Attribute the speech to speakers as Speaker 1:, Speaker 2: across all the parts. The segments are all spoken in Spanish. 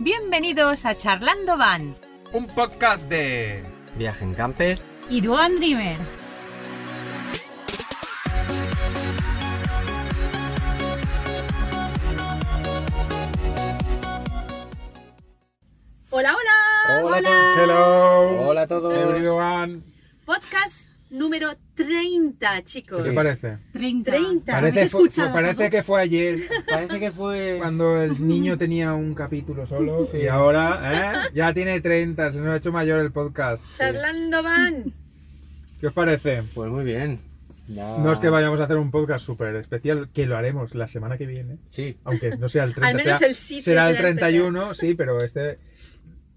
Speaker 1: Bienvenidos a Charlando Van
Speaker 2: Un podcast de...
Speaker 3: Viaje en camper.
Speaker 1: y Duan Dreamer. Hola, hola.
Speaker 3: a todos.
Speaker 2: Hello.
Speaker 3: Hola a todos.
Speaker 2: Everyone.
Speaker 1: Podcast número 30, chicos.
Speaker 2: ¿Qué parece?
Speaker 4: 30.
Speaker 1: 30.
Speaker 2: Parece,
Speaker 1: ¿Habéis
Speaker 2: fu-
Speaker 1: escuchado?
Speaker 2: parece que fue ayer
Speaker 3: Parece que fue.
Speaker 2: cuando el niño tenía un capítulo solo
Speaker 3: Sí.
Speaker 2: y ahora ¿eh? ya tiene 30, se nos ha hecho mayor el podcast.
Speaker 1: Charlando van.
Speaker 2: ¿Qué os parece?
Speaker 3: Pues muy bien. Ya-
Speaker 2: No es que vayamos a hacer un podcast súper especial, que lo haremos la semana que viene,
Speaker 3: Sí.
Speaker 2: aunque no sea el 30,
Speaker 1: Al menos
Speaker 2: será,
Speaker 1: el sitio
Speaker 2: será el
Speaker 1: será
Speaker 2: 31, sí, pero este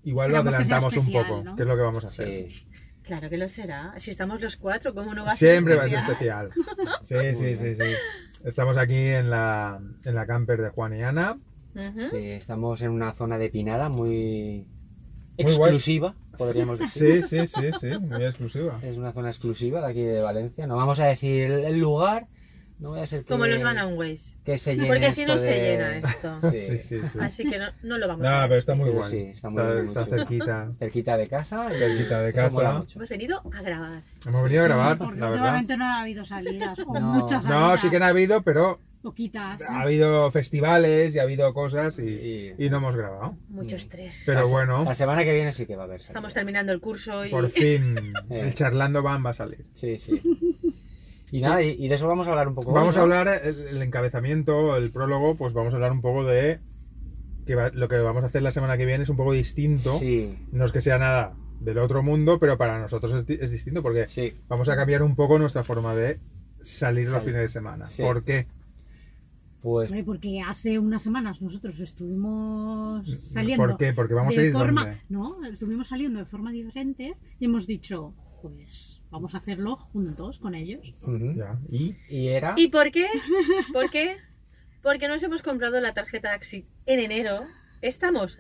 Speaker 2: igual lo
Speaker 4: Esperamos que sea
Speaker 2: adelantamos un
Speaker 4: especial,
Speaker 2: poco,
Speaker 4: ¿no?
Speaker 2: que es lo que vamos a hacer.
Speaker 3: Sí.
Speaker 1: Claro que lo será. Si estamos los cuatro, ¿cómo no va a ser?
Speaker 2: Siempre va a ser
Speaker 1: especial?
Speaker 2: especial. Sí, sí,
Speaker 3: bien.
Speaker 2: sí, sí. Estamos aquí en la, en la camper de Juan y Ana.
Speaker 1: Ujú.
Speaker 3: Sí, Estamos en una zona de pinada muy.
Speaker 2: Muy guay.
Speaker 3: exclusiva, podríamos decir.
Speaker 2: Sí, sí, sí, sí, muy exclusiva.
Speaker 3: Es una zona exclusiva de aquí de Valencia. No vamos a decir el el lugar. No voy a ser que.
Speaker 1: Como los Van Ways.
Speaker 3: Que se llene
Speaker 1: Porque si no
Speaker 3: esto
Speaker 1: se
Speaker 3: de-
Speaker 1: llena esto.
Speaker 3: Sí.
Speaker 2: Sí, sí, sí.
Speaker 1: Así que no, no lo vamos
Speaker 2: No,
Speaker 1: a
Speaker 2: pero
Speaker 1: ver.
Speaker 2: está muy
Speaker 3: Pero
Speaker 2: guay.
Speaker 3: sí, está muy bien, muy
Speaker 2: está
Speaker 3: chulo.
Speaker 2: cerquita.
Speaker 3: Cerquita de casa. y-
Speaker 2: Cerquita de
Speaker 3: eso
Speaker 2: casa.
Speaker 3: mola mucho.
Speaker 1: Hemos venido a grabar.
Speaker 2: Hemos venido a grabar,
Speaker 4: porque
Speaker 2: la verdad.
Speaker 4: últimamente no han habido salidas, o
Speaker 3: No.
Speaker 4: muchas salidas.
Speaker 2: No, Ah, sí que han habido, pero
Speaker 4: Poquitas.
Speaker 2: ha habido festivales y ha habido cosas y,
Speaker 3: Sí.
Speaker 2: y no hemos grabado.
Speaker 1: Mucho estrés.
Speaker 2: Pero
Speaker 3: La se-
Speaker 2: bueno,
Speaker 3: La semana que viene sí que va a haber. salida.
Speaker 1: Estamos terminando el curso y
Speaker 2: por fin,
Speaker 3: Eh.
Speaker 2: el charlando van va a salir.
Speaker 3: Sí, sí. Y nada, y, y de eso vamos a hablar un poco.
Speaker 2: Vamos
Speaker 3: hoy,
Speaker 2: a
Speaker 3: ¿no?
Speaker 2: hablar, el, el encabezamiento, el prólogo, pues vamos a hablar un poco de que va- lo que vamos a hacer la semana que viene es un poco distinto.
Speaker 3: Sí,
Speaker 2: No es que sea nada del otro mundo, pero para nosotros es, di- es distinto porque
Speaker 3: sí.
Speaker 2: vamos a cambiar un poco nuestra forma de salir los
Speaker 3: Sal-
Speaker 2: fines de semana.
Speaker 3: sí.
Speaker 2: ¿Por qué?
Speaker 3: Pues
Speaker 4: Hombre, porque hace unas semanas nosotros estuvimos saliendo.
Speaker 2: ¿Por qué? Porque vamos
Speaker 4: de
Speaker 2: a ir
Speaker 4: forma,
Speaker 2: dónde?
Speaker 4: No, estuvimos saliendo de forma diferente y hemos dicho, pues vamos a hacerlo juntos con ellos.
Speaker 3: ujú.
Speaker 2: Ya, ¿Y?
Speaker 3: Y era.
Speaker 1: ¿Y por qué? ¿Por qué? Porque nos hemos comprado la tarjeta Axit en enero. Estamos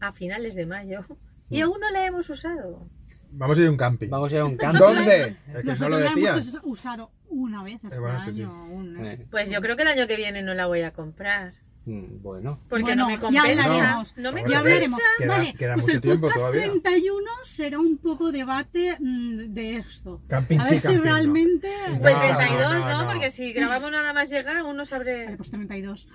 Speaker 1: a finales de mayo
Speaker 2: Mm.
Speaker 1: y aún no la hemos usado.
Speaker 2: Vamos a ir a un camping.
Speaker 3: Vamos a ir a un campo.
Speaker 2: ¿Dónde? Es que no
Speaker 4: Nosotros
Speaker 2: lo
Speaker 4: la
Speaker 2: decías.
Speaker 4: hemos usado una vez este
Speaker 2: Eh, bueno,
Speaker 4: año.
Speaker 2: eso sí.
Speaker 4: un-
Speaker 3: Eh,
Speaker 1: Pues yo creo que el año que viene no la voy a comprar.
Speaker 3: mm, bueno.
Speaker 1: Porque
Speaker 4: Bueno,
Speaker 1: no me
Speaker 4: Ya
Speaker 1: compensa.
Speaker 4: hablaremos.
Speaker 2: hablaremos.
Speaker 1: No, me
Speaker 2: Vamos
Speaker 4: ya
Speaker 2: a ver.
Speaker 4: hablaremos.
Speaker 1: compensa.
Speaker 2: Queda-
Speaker 4: vale,
Speaker 2: queda
Speaker 4: pues
Speaker 2: mucho
Speaker 4: el
Speaker 2: tiempo
Speaker 4: podcast
Speaker 2: todavía.
Speaker 4: 31 será un poco debate mm, de esto.
Speaker 2: Camping
Speaker 4: a
Speaker 2: sí,
Speaker 4: ver si
Speaker 2: camping no.
Speaker 4: realmente.
Speaker 1: O
Speaker 2: No,
Speaker 1: el 32, ¿no?
Speaker 2: no, no.
Speaker 1: Porque si grabamos nada más llegar, aún no
Speaker 4: Vale,
Speaker 1: sabré.
Speaker 4: pues 32.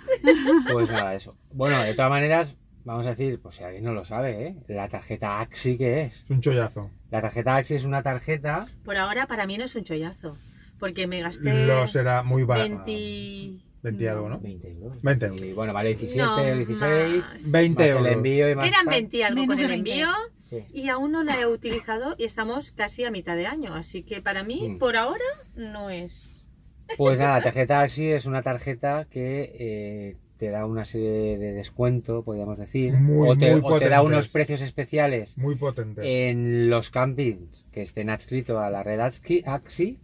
Speaker 3: Pues nada, eso. Bueno, de todas maneras, vamos a decir, pues si alguien no lo sabe, ¿eh? La tarjeta AXI, ¿qué es?
Speaker 2: Es un chollazo.
Speaker 3: La tarjeta AXI es una tarjeta.
Speaker 1: Por ahora, para mí no es un chollazo. Porque me
Speaker 4: Este
Speaker 1: gasté
Speaker 2: Lo será muy barato.
Speaker 1: 20.
Speaker 2: 20 algo, ¿no?
Speaker 3: 20 euros.
Speaker 2: 20 euros.
Speaker 3: Y bueno, vale 17,
Speaker 1: No,
Speaker 3: 16.
Speaker 1: más.
Speaker 2: 20
Speaker 3: más
Speaker 2: euros.
Speaker 3: el envío y más.
Speaker 1: Eran
Speaker 3: tal.
Speaker 1: 20 algo
Speaker 4: Menos
Speaker 1: con el
Speaker 4: de 20.
Speaker 1: envío
Speaker 3: Sí.
Speaker 1: y aún no la he utilizado y estamos casi a mitad de año. Así que para mí,
Speaker 3: Mm.
Speaker 1: por ahora, no es.
Speaker 3: Pues nada, la tarjeta AXI es una tarjeta que eh, te da una serie de descuento, podríamos decir.
Speaker 2: Muy,
Speaker 3: o te,
Speaker 2: muy
Speaker 3: o te da
Speaker 2: potentes.
Speaker 3: unos precios especiales
Speaker 2: Muy potente.
Speaker 3: en los campings que estén adscritos a la red AXI, AXI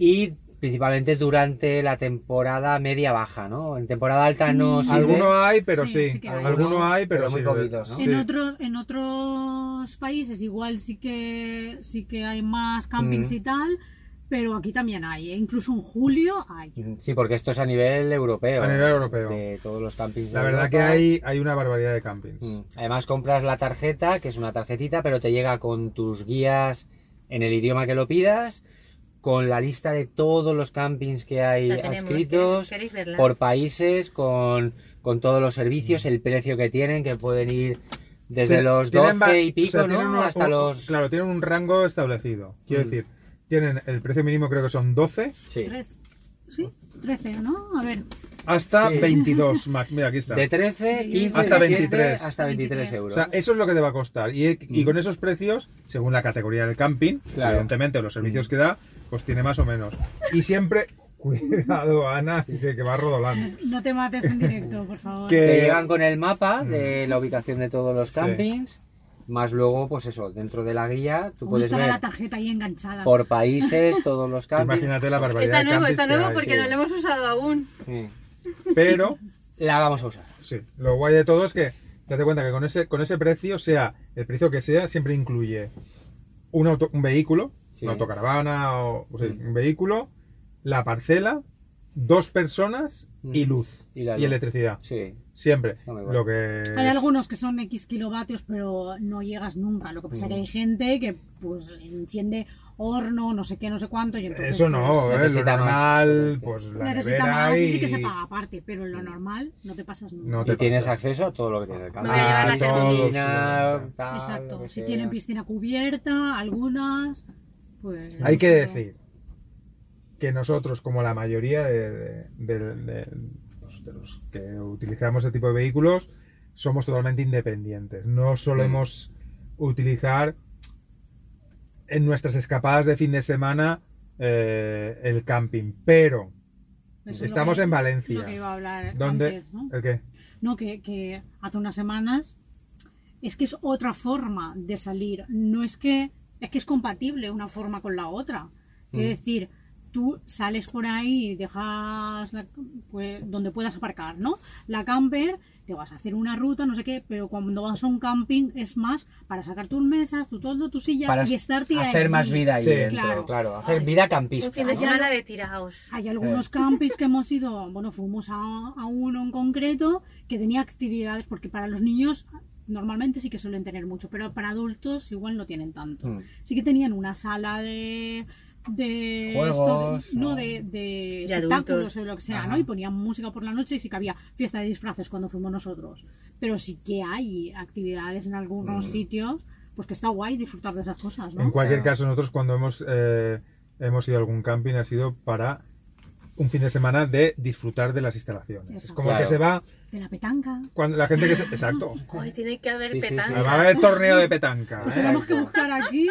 Speaker 3: y principalmente durante la temporada media baja, ¿no? En temporada alta
Speaker 2: Mm,
Speaker 3: no sirve.
Speaker 2: Alguno hay, pero
Speaker 4: Sí,
Speaker 2: sí.
Speaker 4: sí que hay.
Speaker 2: Alguno hay, pero,
Speaker 3: ¿eh? Pero muy
Speaker 2: sirve.
Speaker 3: poquitos, ¿no?
Speaker 2: Sí.
Speaker 4: En otros en otros países igual sí que sí que hay más campings
Speaker 3: Mm.
Speaker 4: y tal, pero aquí también hay, ¿eh? incluso en julio hay.
Speaker 3: Sí, porque esto es a nivel europeo.
Speaker 2: A nivel europeo.
Speaker 3: De todos los campings. de
Speaker 2: La verdad
Speaker 3: Europa.
Speaker 2: que hay, hay una barbaridad de campings.
Speaker 3: Mm. Además compras la tarjeta, que es una tarjetita, pero te llega con tus guías en el idioma que lo pidas, con la lista de todos los campings que hay
Speaker 1: La tenemos. ¿Queréis,
Speaker 3: adscritos,
Speaker 1: queréis verla?
Speaker 3: por países, con, con todos los servicios,
Speaker 2: Mm.
Speaker 3: el precio que tienen, que pueden ir desde
Speaker 2: Tien-
Speaker 3: los
Speaker 2: tienen
Speaker 3: 12
Speaker 2: va-
Speaker 3: y
Speaker 2: o sea,
Speaker 3: pico,
Speaker 2: tienen
Speaker 3: ¿no?
Speaker 2: un-
Speaker 3: Hasta
Speaker 2: un-
Speaker 3: los...
Speaker 2: Claro, tienen un rango establecido. Quiero
Speaker 3: Mm.
Speaker 2: decir, tienen el precio mínimo creo que son 12
Speaker 3: Sí.
Speaker 4: Trece- Sí, 13, ¿no? A ver,
Speaker 2: hasta
Speaker 3: Sí.
Speaker 2: 22 max. Mira, aquí está.
Speaker 3: De 13, 15,
Speaker 2: Hasta
Speaker 3: 17,
Speaker 2: 23.
Speaker 3: hasta 23
Speaker 2: O
Speaker 3: euros.
Speaker 2: sea, eso es lo que te va a costar. Y, y
Speaker 3: Mm.
Speaker 2: con esos precios, según la categoría del camping,
Speaker 3: Claro. Mm.
Speaker 2: evidentemente los servicios que da, pues tiene más o menos. Y siempre, cuidado Ana, que, que va rodolando.
Speaker 4: no te mates en directo, por favor.
Speaker 2: Que-
Speaker 3: Te
Speaker 2: Eh, mm.
Speaker 3: llegan con el mapa de la ubicación de todos los
Speaker 2: Sí.
Speaker 3: campings, más luego, pues eso, dentro de la guía tú
Speaker 4: ¿Cómo
Speaker 3: puedes
Speaker 4: estará
Speaker 3: ver
Speaker 4: la tarjeta ahí enganchada?
Speaker 3: por países todos los campings.
Speaker 2: Imagínate la barbaridad
Speaker 1: Está
Speaker 2: de
Speaker 1: nuevo,
Speaker 2: campings
Speaker 1: está
Speaker 2: que
Speaker 1: nuevo
Speaker 2: hay.
Speaker 1: porque
Speaker 3: sí.
Speaker 1: no lo hemos usado aún.
Speaker 3: Sí.
Speaker 2: Pero
Speaker 3: La vamos a usar.
Speaker 2: Sí, lo guay de todo es que te das cuenta que con ese, con ese precio, sea el precio que sea, siempre incluye un, auto- un vehículo,
Speaker 3: Sí. Mm.
Speaker 2: una autocaravana o, o sea, un vehículo, la parcela, dos personas y
Speaker 3: Mm.
Speaker 2: luz.
Speaker 3: Y la
Speaker 2: Y
Speaker 3: luz.
Speaker 2: electricidad.
Speaker 3: Sí.
Speaker 2: Siempre.
Speaker 3: Está muy guay.
Speaker 2: Lo que
Speaker 4: Hay
Speaker 2: es-
Speaker 4: algunos que son X kilovatios, pero no llegas nunca. Lo que pasa es
Speaker 2: Mm.
Speaker 4: que hay gente que pues enciende horno, no sé qué, no sé cuánto. Y entonces,
Speaker 2: Eso
Speaker 4: pues,
Speaker 2: no, ¿eh? lo
Speaker 3: Necesita más.
Speaker 2: normal, pues la
Speaker 4: necesita
Speaker 2: nevera
Speaker 4: más,
Speaker 2: y... Mm.
Speaker 4: sí que se paga aparte, pero en lo normal no te pasas nunca.
Speaker 2: No te
Speaker 3: Y tienes
Speaker 2: pasas.
Speaker 3: acceso a todo lo que tiene el
Speaker 1: voy a llevar la termomix.
Speaker 3: piscina, tal, lo
Speaker 4: Exacto.
Speaker 3: que
Speaker 4: Si
Speaker 3: sea.
Speaker 4: tienen piscina cubierta, algunas, pues.
Speaker 2: Hay que
Speaker 4: no.
Speaker 2: decir que nosotros, como la mayoría de, de- de- de- pues, de los que utilizamos ese tipo de vehículos, somos totalmente independientes. No solemos
Speaker 4: Mm.
Speaker 2: utilizar en nuestras escapadas de fin de semana eh, el camping, pero
Speaker 4: Eso es lo
Speaker 2: estamos
Speaker 4: que-
Speaker 2: en Valencia.
Speaker 4: Lo que iba a hablar
Speaker 2: ¿Dónde?
Speaker 4: Eh, antes, ¿no?
Speaker 2: ¿El qué?
Speaker 4: No, que, que hace unas semanas es que es otra forma de salir. No es que es que es compatible una forma con la otra. Es
Speaker 3: Mm.
Speaker 4: decir, tú sales por ahí, dejas la- pues, donde puedas aparcar, ¿no? La camper, te vas a hacer una ruta, no sé qué, pero cuando vas a un camping es más para sacar tus mesas, tu todo, tus sillas
Speaker 3: Para
Speaker 4: y estarte
Speaker 3: hacer
Speaker 4: allí.
Speaker 3: más vida ahí
Speaker 2: Sí.
Speaker 3: dentro, claro.
Speaker 4: Claro.
Speaker 3: Hacer vida campista.
Speaker 1: Un fin de
Speaker 3: ¿no?
Speaker 1: semana de tiraos.
Speaker 4: Hay algunos campings que hemos ido, bueno, fuimos a, a uno en concreto que tenía actividades, porque para los niños normalmente sí que suelen tener mucho, pero para adultos igual no tienen tanto.
Speaker 3: Mm.
Speaker 4: Sí que tenían una sala de... de
Speaker 3: Juegos,
Speaker 4: esto, de- no,
Speaker 3: o-
Speaker 4: de, de
Speaker 1: De
Speaker 4: espectáculos
Speaker 1: adultos.
Speaker 4: o de lo que sea,
Speaker 3: Ajá.
Speaker 4: ¿no? Y ponían música por la noche y sí que había fiesta de disfraces cuando fuimos nosotros. Pero sí que hay actividades en algunos sitios, pues que está guay disfrutar de esas cosas, ¿no?
Speaker 2: En cualquier
Speaker 3: Claro.
Speaker 2: caso, nosotros cuando hemos, eh, hemos ido a algún camping ha sido para un fin de semana de disfrutar de las instalaciones. Es
Speaker 4: Exacto.
Speaker 2: como
Speaker 3: Claro.
Speaker 2: que se va
Speaker 4: De la petanca.
Speaker 2: cuando la gente que se... Exacto.
Speaker 1: Hoy tiene que haber
Speaker 3: Sí, sí, sí.
Speaker 1: petanca.
Speaker 2: Va a haber torneo de petanca.
Speaker 4: Pues
Speaker 2: ¿eh?
Speaker 4: tenemos que buscar aquí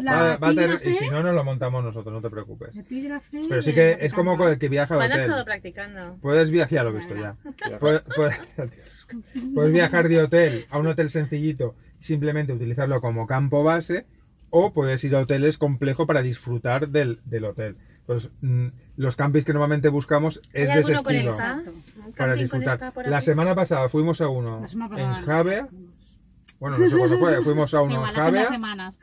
Speaker 4: La-
Speaker 2: Va- va a tener-
Speaker 4: epígrafe.
Speaker 2: y si no, nos lo montamos nosotros, no te preocupes.
Speaker 4: Epígrafe
Speaker 2: Pero sí
Speaker 4: de
Speaker 2: que
Speaker 4: la
Speaker 2: es como con
Speaker 4: petanca.
Speaker 2: el que viaja
Speaker 1: ¿Cuándo
Speaker 2: al
Speaker 1: has estado
Speaker 2: hotel.
Speaker 1: practicando?
Speaker 2: Puedes viajar, ya lo he visto ya. Puedes, puedes viajar de hotel a un hotel sencillito, simplemente utilizarlo como campo base, o puedes ir a hoteles complejo para disfrutar del, del hotel. Pues mm, los campings que normalmente buscamos
Speaker 1: ¿Hay
Speaker 2: es de ese
Speaker 1: alguno con
Speaker 2: estilo.
Speaker 1: spa?
Speaker 4: Exacto.
Speaker 1: ¿Un
Speaker 2: Para
Speaker 1: camping con spa
Speaker 2: disfrutar.
Speaker 1: por
Speaker 2: La
Speaker 1: aquí?
Speaker 2: semana pasada fuimos a uno
Speaker 4: La semana
Speaker 2: en
Speaker 4: pasada.
Speaker 2: Javea. Bueno, no sé cuándo fue. Fuimos a uno en
Speaker 4: Igual, hace unas
Speaker 2: Javea.
Speaker 4: semanas.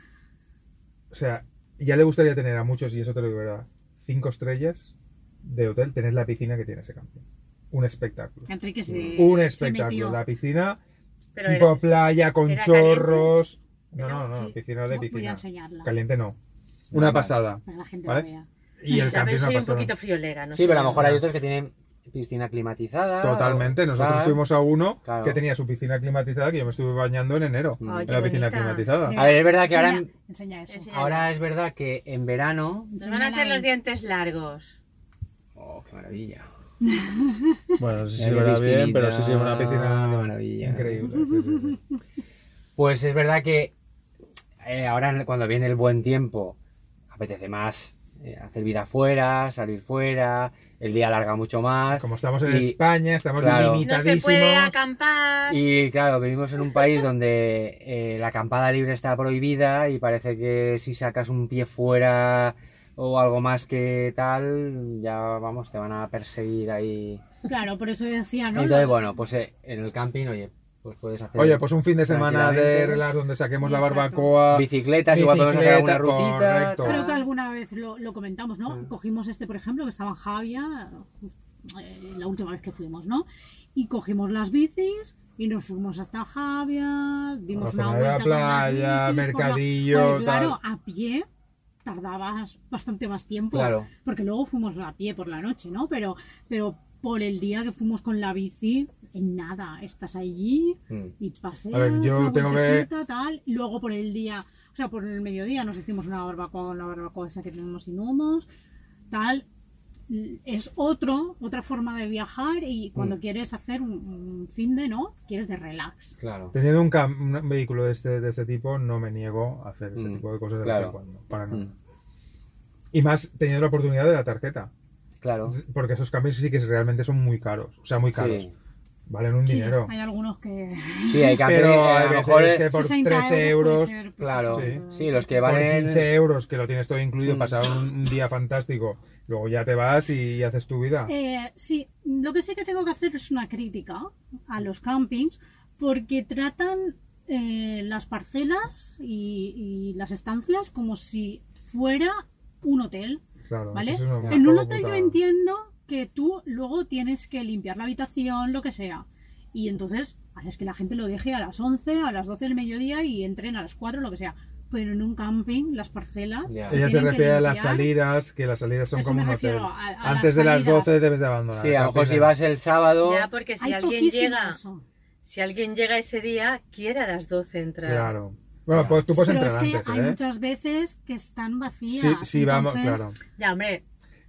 Speaker 2: O sea, ya le gustaría tener a muchos, y eso te lo digo de verdad, cinco estrellas de hotel, tener la piscina que tiene ese camping. Un espectáculo.
Speaker 4: Entre que se,
Speaker 2: Un
Speaker 4: se
Speaker 2: espectáculo.
Speaker 4: metió.
Speaker 2: La piscina,
Speaker 1: Pero
Speaker 2: tipo
Speaker 1: eres-
Speaker 2: playa, con
Speaker 1: ¿era
Speaker 2: chorros. No,
Speaker 1: Era-
Speaker 2: no, no,
Speaker 4: sí.
Speaker 2: piscina de
Speaker 4: Voy a
Speaker 2: piscina.
Speaker 4: enseñarla.
Speaker 2: Caliente no.
Speaker 3: No,
Speaker 2: Una
Speaker 3: no.
Speaker 2: pasada.
Speaker 4: Para la gente
Speaker 2: ¿Vale?
Speaker 4: lo
Speaker 1: Ah,
Speaker 4: vea.
Speaker 2: Y el
Speaker 1: Ya
Speaker 2: camping
Speaker 1: ves,
Speaker 2: es
Speaker 1: soy
Speaker 2: una
Speaker 1: un poquito
Speaker 2: pasada.
Speaker 1: friolera, no
Speaker 3: Sí,
Speaker 1: sé.
Speaker 3: pero a lo mejor hay otros que tienen piscina climatizada.
Speaker 2: Totalmente.
Speaker 3: o
Speaker 2: Nosotros
Speaker 3: tal.
Speaker 2: fuimos a uno
Speaker 3: Claro.
Speaker 2: que tenía su piscina climatizada, que yo me estuve bañando en enero.
Speaker 1: Ay,
Speaker 2: en
Speaker 1: qué
Speaker 2: la piscina
Speaker 1: bonita.
Speaker 2: climatizada.
Speaker 3: A ver, es verdad que ahora, en-
Speaker 4: Enseña, enseña eso.
Speaker 1: Enseña.
Speaker 3: ahora es verdad que en verano.
Speaker 1: Nos van a hacer los dientes largos.
Speaker 3: Oh, qué maravilla.
Speaker 2: Bueno, no sé si
Speaker 3: Mira
Speaker 2: se
Speaker 3: qué
Speaker 2: verá bien,
Speaker 3: piscinita
Speaker 2: pero sí, sí, una piscina
Speaker 3: de maravilla.
Speaker 2: Increíble. sí, sí, sí.
Speaker 3: Pues es verdad que eh, ahora cuando viene el buen tiempo apetece más eh, hacer vida fuera, salir fuera, el día alarga mucho más.
Speaker 2: Como estamos en
Speaker 3: Y-
Speaker 2: España, estamos
Speaker 3: claro.
Speaker 1: No
Speaker 2: limitadísimos.
Speaker 1: se puede acampar.
Speaker 3: Y claro, vivimos en un país donde eh, la acampada libre está prohibida y parece que si sacas un pie fuera o algo más que tal, ya vamos, te van a perseguir ahí.
Speaker 4: Claro, por eso decía, Ah, ¿no?
Speaker 3: Entonces, bueno, pues eh, en el camping, oye, pues puedes hacer
Speaker 2: Oye, pues un fin de semana de
Speaker 3: Tranquilamente.
Speaker 2: relax donde saquemos la
Speaker 4: Exacto.
Speaker 2: barbacoa.
Speaker 3: bicicletas, igual podemos hacer alguna
Speaker 2: bicicleta,
Speaker 3: rutita.
Speaker 2: correcto.
Speaker 3: tal.
Speaker 4: Creo que alguna vez lo, lo comentamos, ¿no? Cogimos este, por ejemplo, que estaba en Javia, just- eh, la última vez que fuimos, ¿no? Y cogimos las bicis y nos fuimos hasta Javia, dimos
Speaker 2: Por
Speaker 4: una
Speaker 2: la
Speaker 4: vuelta.
Speaker 2: playa,
Speaker 4: con las bicis, por la-
Speaker 2: mercadillo,
Speaker 4: Pues claro, a pie tardabas bastante más tiempo.
Speaker 3: Claro.
Speaker 4: Porque luego fuimos a pie por la noche, ¿no? Pero, pero por el día que fuimos con la bici, en nada, estás allí
Speaker 3: Mm.
Speaker 4: y paseas,
Speaker 2: A ver, yo
Speaker 4: una
Speaker 2: tengo que-
Speaker 4: vueltecita, tal, y luego por el día, o sea, por el mediodía nos hicimos una barbacoa, una barbacoa esa que tenemos sin humos, tal, es otro, otra forma de viajar y cuando
Speaker 2: Mm.
Speaker 4: quieres hacer un, un fin de, ¿no? Quieres de relax.
Speaker 3: Claro.
Speaker 2: Teniendo un, cam- un vehículo de este, de este tipo, no me niego a hacer este
Speaker 3: Mm,
Speaker 2: tipo de cosas de
Speaker 3: claro.
Speaker 2: vez en cuando. Para nada.
Speaker 3: Mm.
Speaker 2: Y más teniendo la oportunidad de la tarjeta.
Speaker 3: Claro.
Speaker 2: Porque esos cambios sí que realmente son muy caros. O sea, muy caros.
Speaker 3: Sí.
Speaker 2: Valen un
Speaker 4: Sí,
Speaker 2: dinero.
Speaker 4: hay algunos que...
Speaker 3: Sí, hay campeones,
Speaker 2: Pero
Speaker 3: a
Speaker 2: hay
Speaker 3: lo
Speaker 2: veces
Speaker 3: mejor.
Speaker 2: que por
Speaker 4: 60
Speaker 2: 13
Speaker 4: puede
Speaker 2: euros.
Speaker 4: ser, pues,
Speaker 3: Claro. Sí.
Speaker 2: Sí.
Speaker 3: los que
Speaker 2: Por
Speaker 3: valen.
Speaker 2: 15 euros, que lo tienes todo incluido,
Speaker 3: Mm.
Speaker 2: pasar un, un día fantástico. Luego ya te vas y haces tu vida.
Speaker 4: Eh, sí, lo que sí que tengo que hacer es una crítica a los campings porque tratan eh, las parcelas y, y las estancias como si fuera un hotel.
Speaker 2: Claro,
Speaker 4: ¿Vale?
Speaker 2: eso es una
Speaker 4: En un
Speaker 2: puta
Speaker 4: hotel yo
Speaker 2: putada.
Speaker 4: entiendo que tú luego tienes que limpiar la habitación, lo que sea. Y entonces haces que la gente lo deje a las 11, a las 12 del mediodía y entren a las 4, lo que sea. Pero en un camping, las parcelas.
Speaker 3: Ya.
Speaker 2: Ella se
Speaker 4: tienen que
Speaker 2: refiere a las
Speaker 4: limpiar.
Speaker 2: salidas, que las salidas son
Speaker 4: Eso
Speaker 2: como
Speaker 4: me
Speaker 2: un hotel.
Speaker 4: refiero, a- a
Speaker 2: Antes
Speaker 4: las
Speaker 2: de las
Speaker 4: salidas.
Speaker 2: 12 debes de abandonar.
Speaker 3: Sí, a lo mejor si vas el sábado.
Speaker 1: Ya, porque si
Speaker 4: Hay
Speaker 1: alguien
Speaker 4: poquísimo
Speaker 1: llega,
Speaker 4: eso.
Speaker 1: si alguien llega ese día, quiere a las 12 entrar.
Speaker 2: Claro. Bueno, pues tú
Speaker 4: Sí,
Speaker 2: puedes
Speaker 4: pero
Speaker 2: entrar
Speaker 4: es que
Speaker 2: antes,
Speaker 4: hay
Speaker 2: ¿eh?
Speaker 4: muchas veces que están vacías.
Speaker 2: Sí, sí, vamos,
Speaker 4: entonces,
Speaker 2: claro.
Speaker 1: Ya, hombre,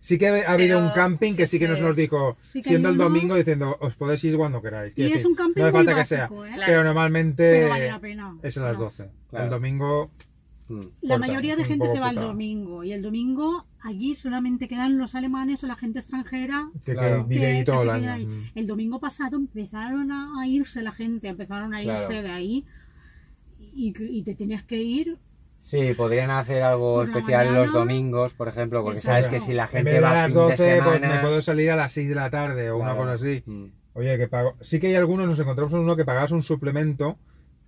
Speaker 2: Sí que ha habido
Speaker 1: Pero
Speaker 2: un camping que
Speaker 1: sí
Speaker 2: sí que
Speaker 1: se-
Speaker 2: nos los dijo,
Speaker 4: sí que
Speaker 2: siendo
Speaker 4: hay
Speaker 2: el
Speaker 4: uno-
Speaker 2: domingo, diciendo, os podéis ir cuando queráis.
Speaker 4: Y
Speaker 2: Quiero
Speaker 4: es
Speaker 2: decir,
Speaker 4: un camping
Speaker 2: No hace
Speaker 4: muy
Speaker 2: falta
Speaker 4: básico,
Speaker 2: que
Speaker 4: ¿eh?
Speaker 2: sea.
Speaker 1: Claro.
Speaker 2: Pero normalmente
Speaker 4: Pero vale la pena.
Speaker 2: Eh, es a las 12.
Speaker 3: Claro.
Speaker 2: El domingo,
Speaker 3: Mm.
Speaker 4: La
Speaker 2: Corta,
Speaker 4: mayoría
Speaker 2: es
Speaker 4: de
Speaker 2: un
Speaker 4: gente
Speaker 2: poco
Speaker 4: se va el
Speaker 2: putada.
Speaker 4: domingo y el domingo allí solamente quedan los alemanes o la gente extranjera
Speaker 2: que,
Speaker 3: Claro.
Speaker 2: que vive
Speaker 4: que-
Speaker 2: ahí todo
Speaker 4: que
Speaker 2: el
Speaker 4: se queda
Speaker 2: año.
Speaker 4: ahí.
Speaker 2: Mm.
Speaker 4: El domingo pasado empezaron a a irse la gente, empezaron a
Speaker 3: Claro.
Speaker 4: irse de ahí y, y te tenías que ir.
Speaker 3: Sí, podrían hacer algo
Speaker 4: Por la
Speaker 3: especial los
Speaker 4: mañana.
Speaker 3: domingos, por ejemplo, porque
Speaker 4: Exacto.
Speaker 3: sabes que si la
Speaker 2: En
Speaker 3: gente
Speaker 2: vez de
Speaker 3: va
Speaker 2: a
Speaker 3: a
Speaker 2: las
Speaker 3: fin de
Speaker 2: 12, pues
Speaker 3: semana,
Speaker 2: me puedo salir a las 6 de la tarde o una
Speaker 3: claro.
Speaker 2: cosa así. Pues
Speaker 3: Mm.
Speaker 2: Oye, que pago. Sí que hay algunos, nos encontramos uno que pagabas un suplemento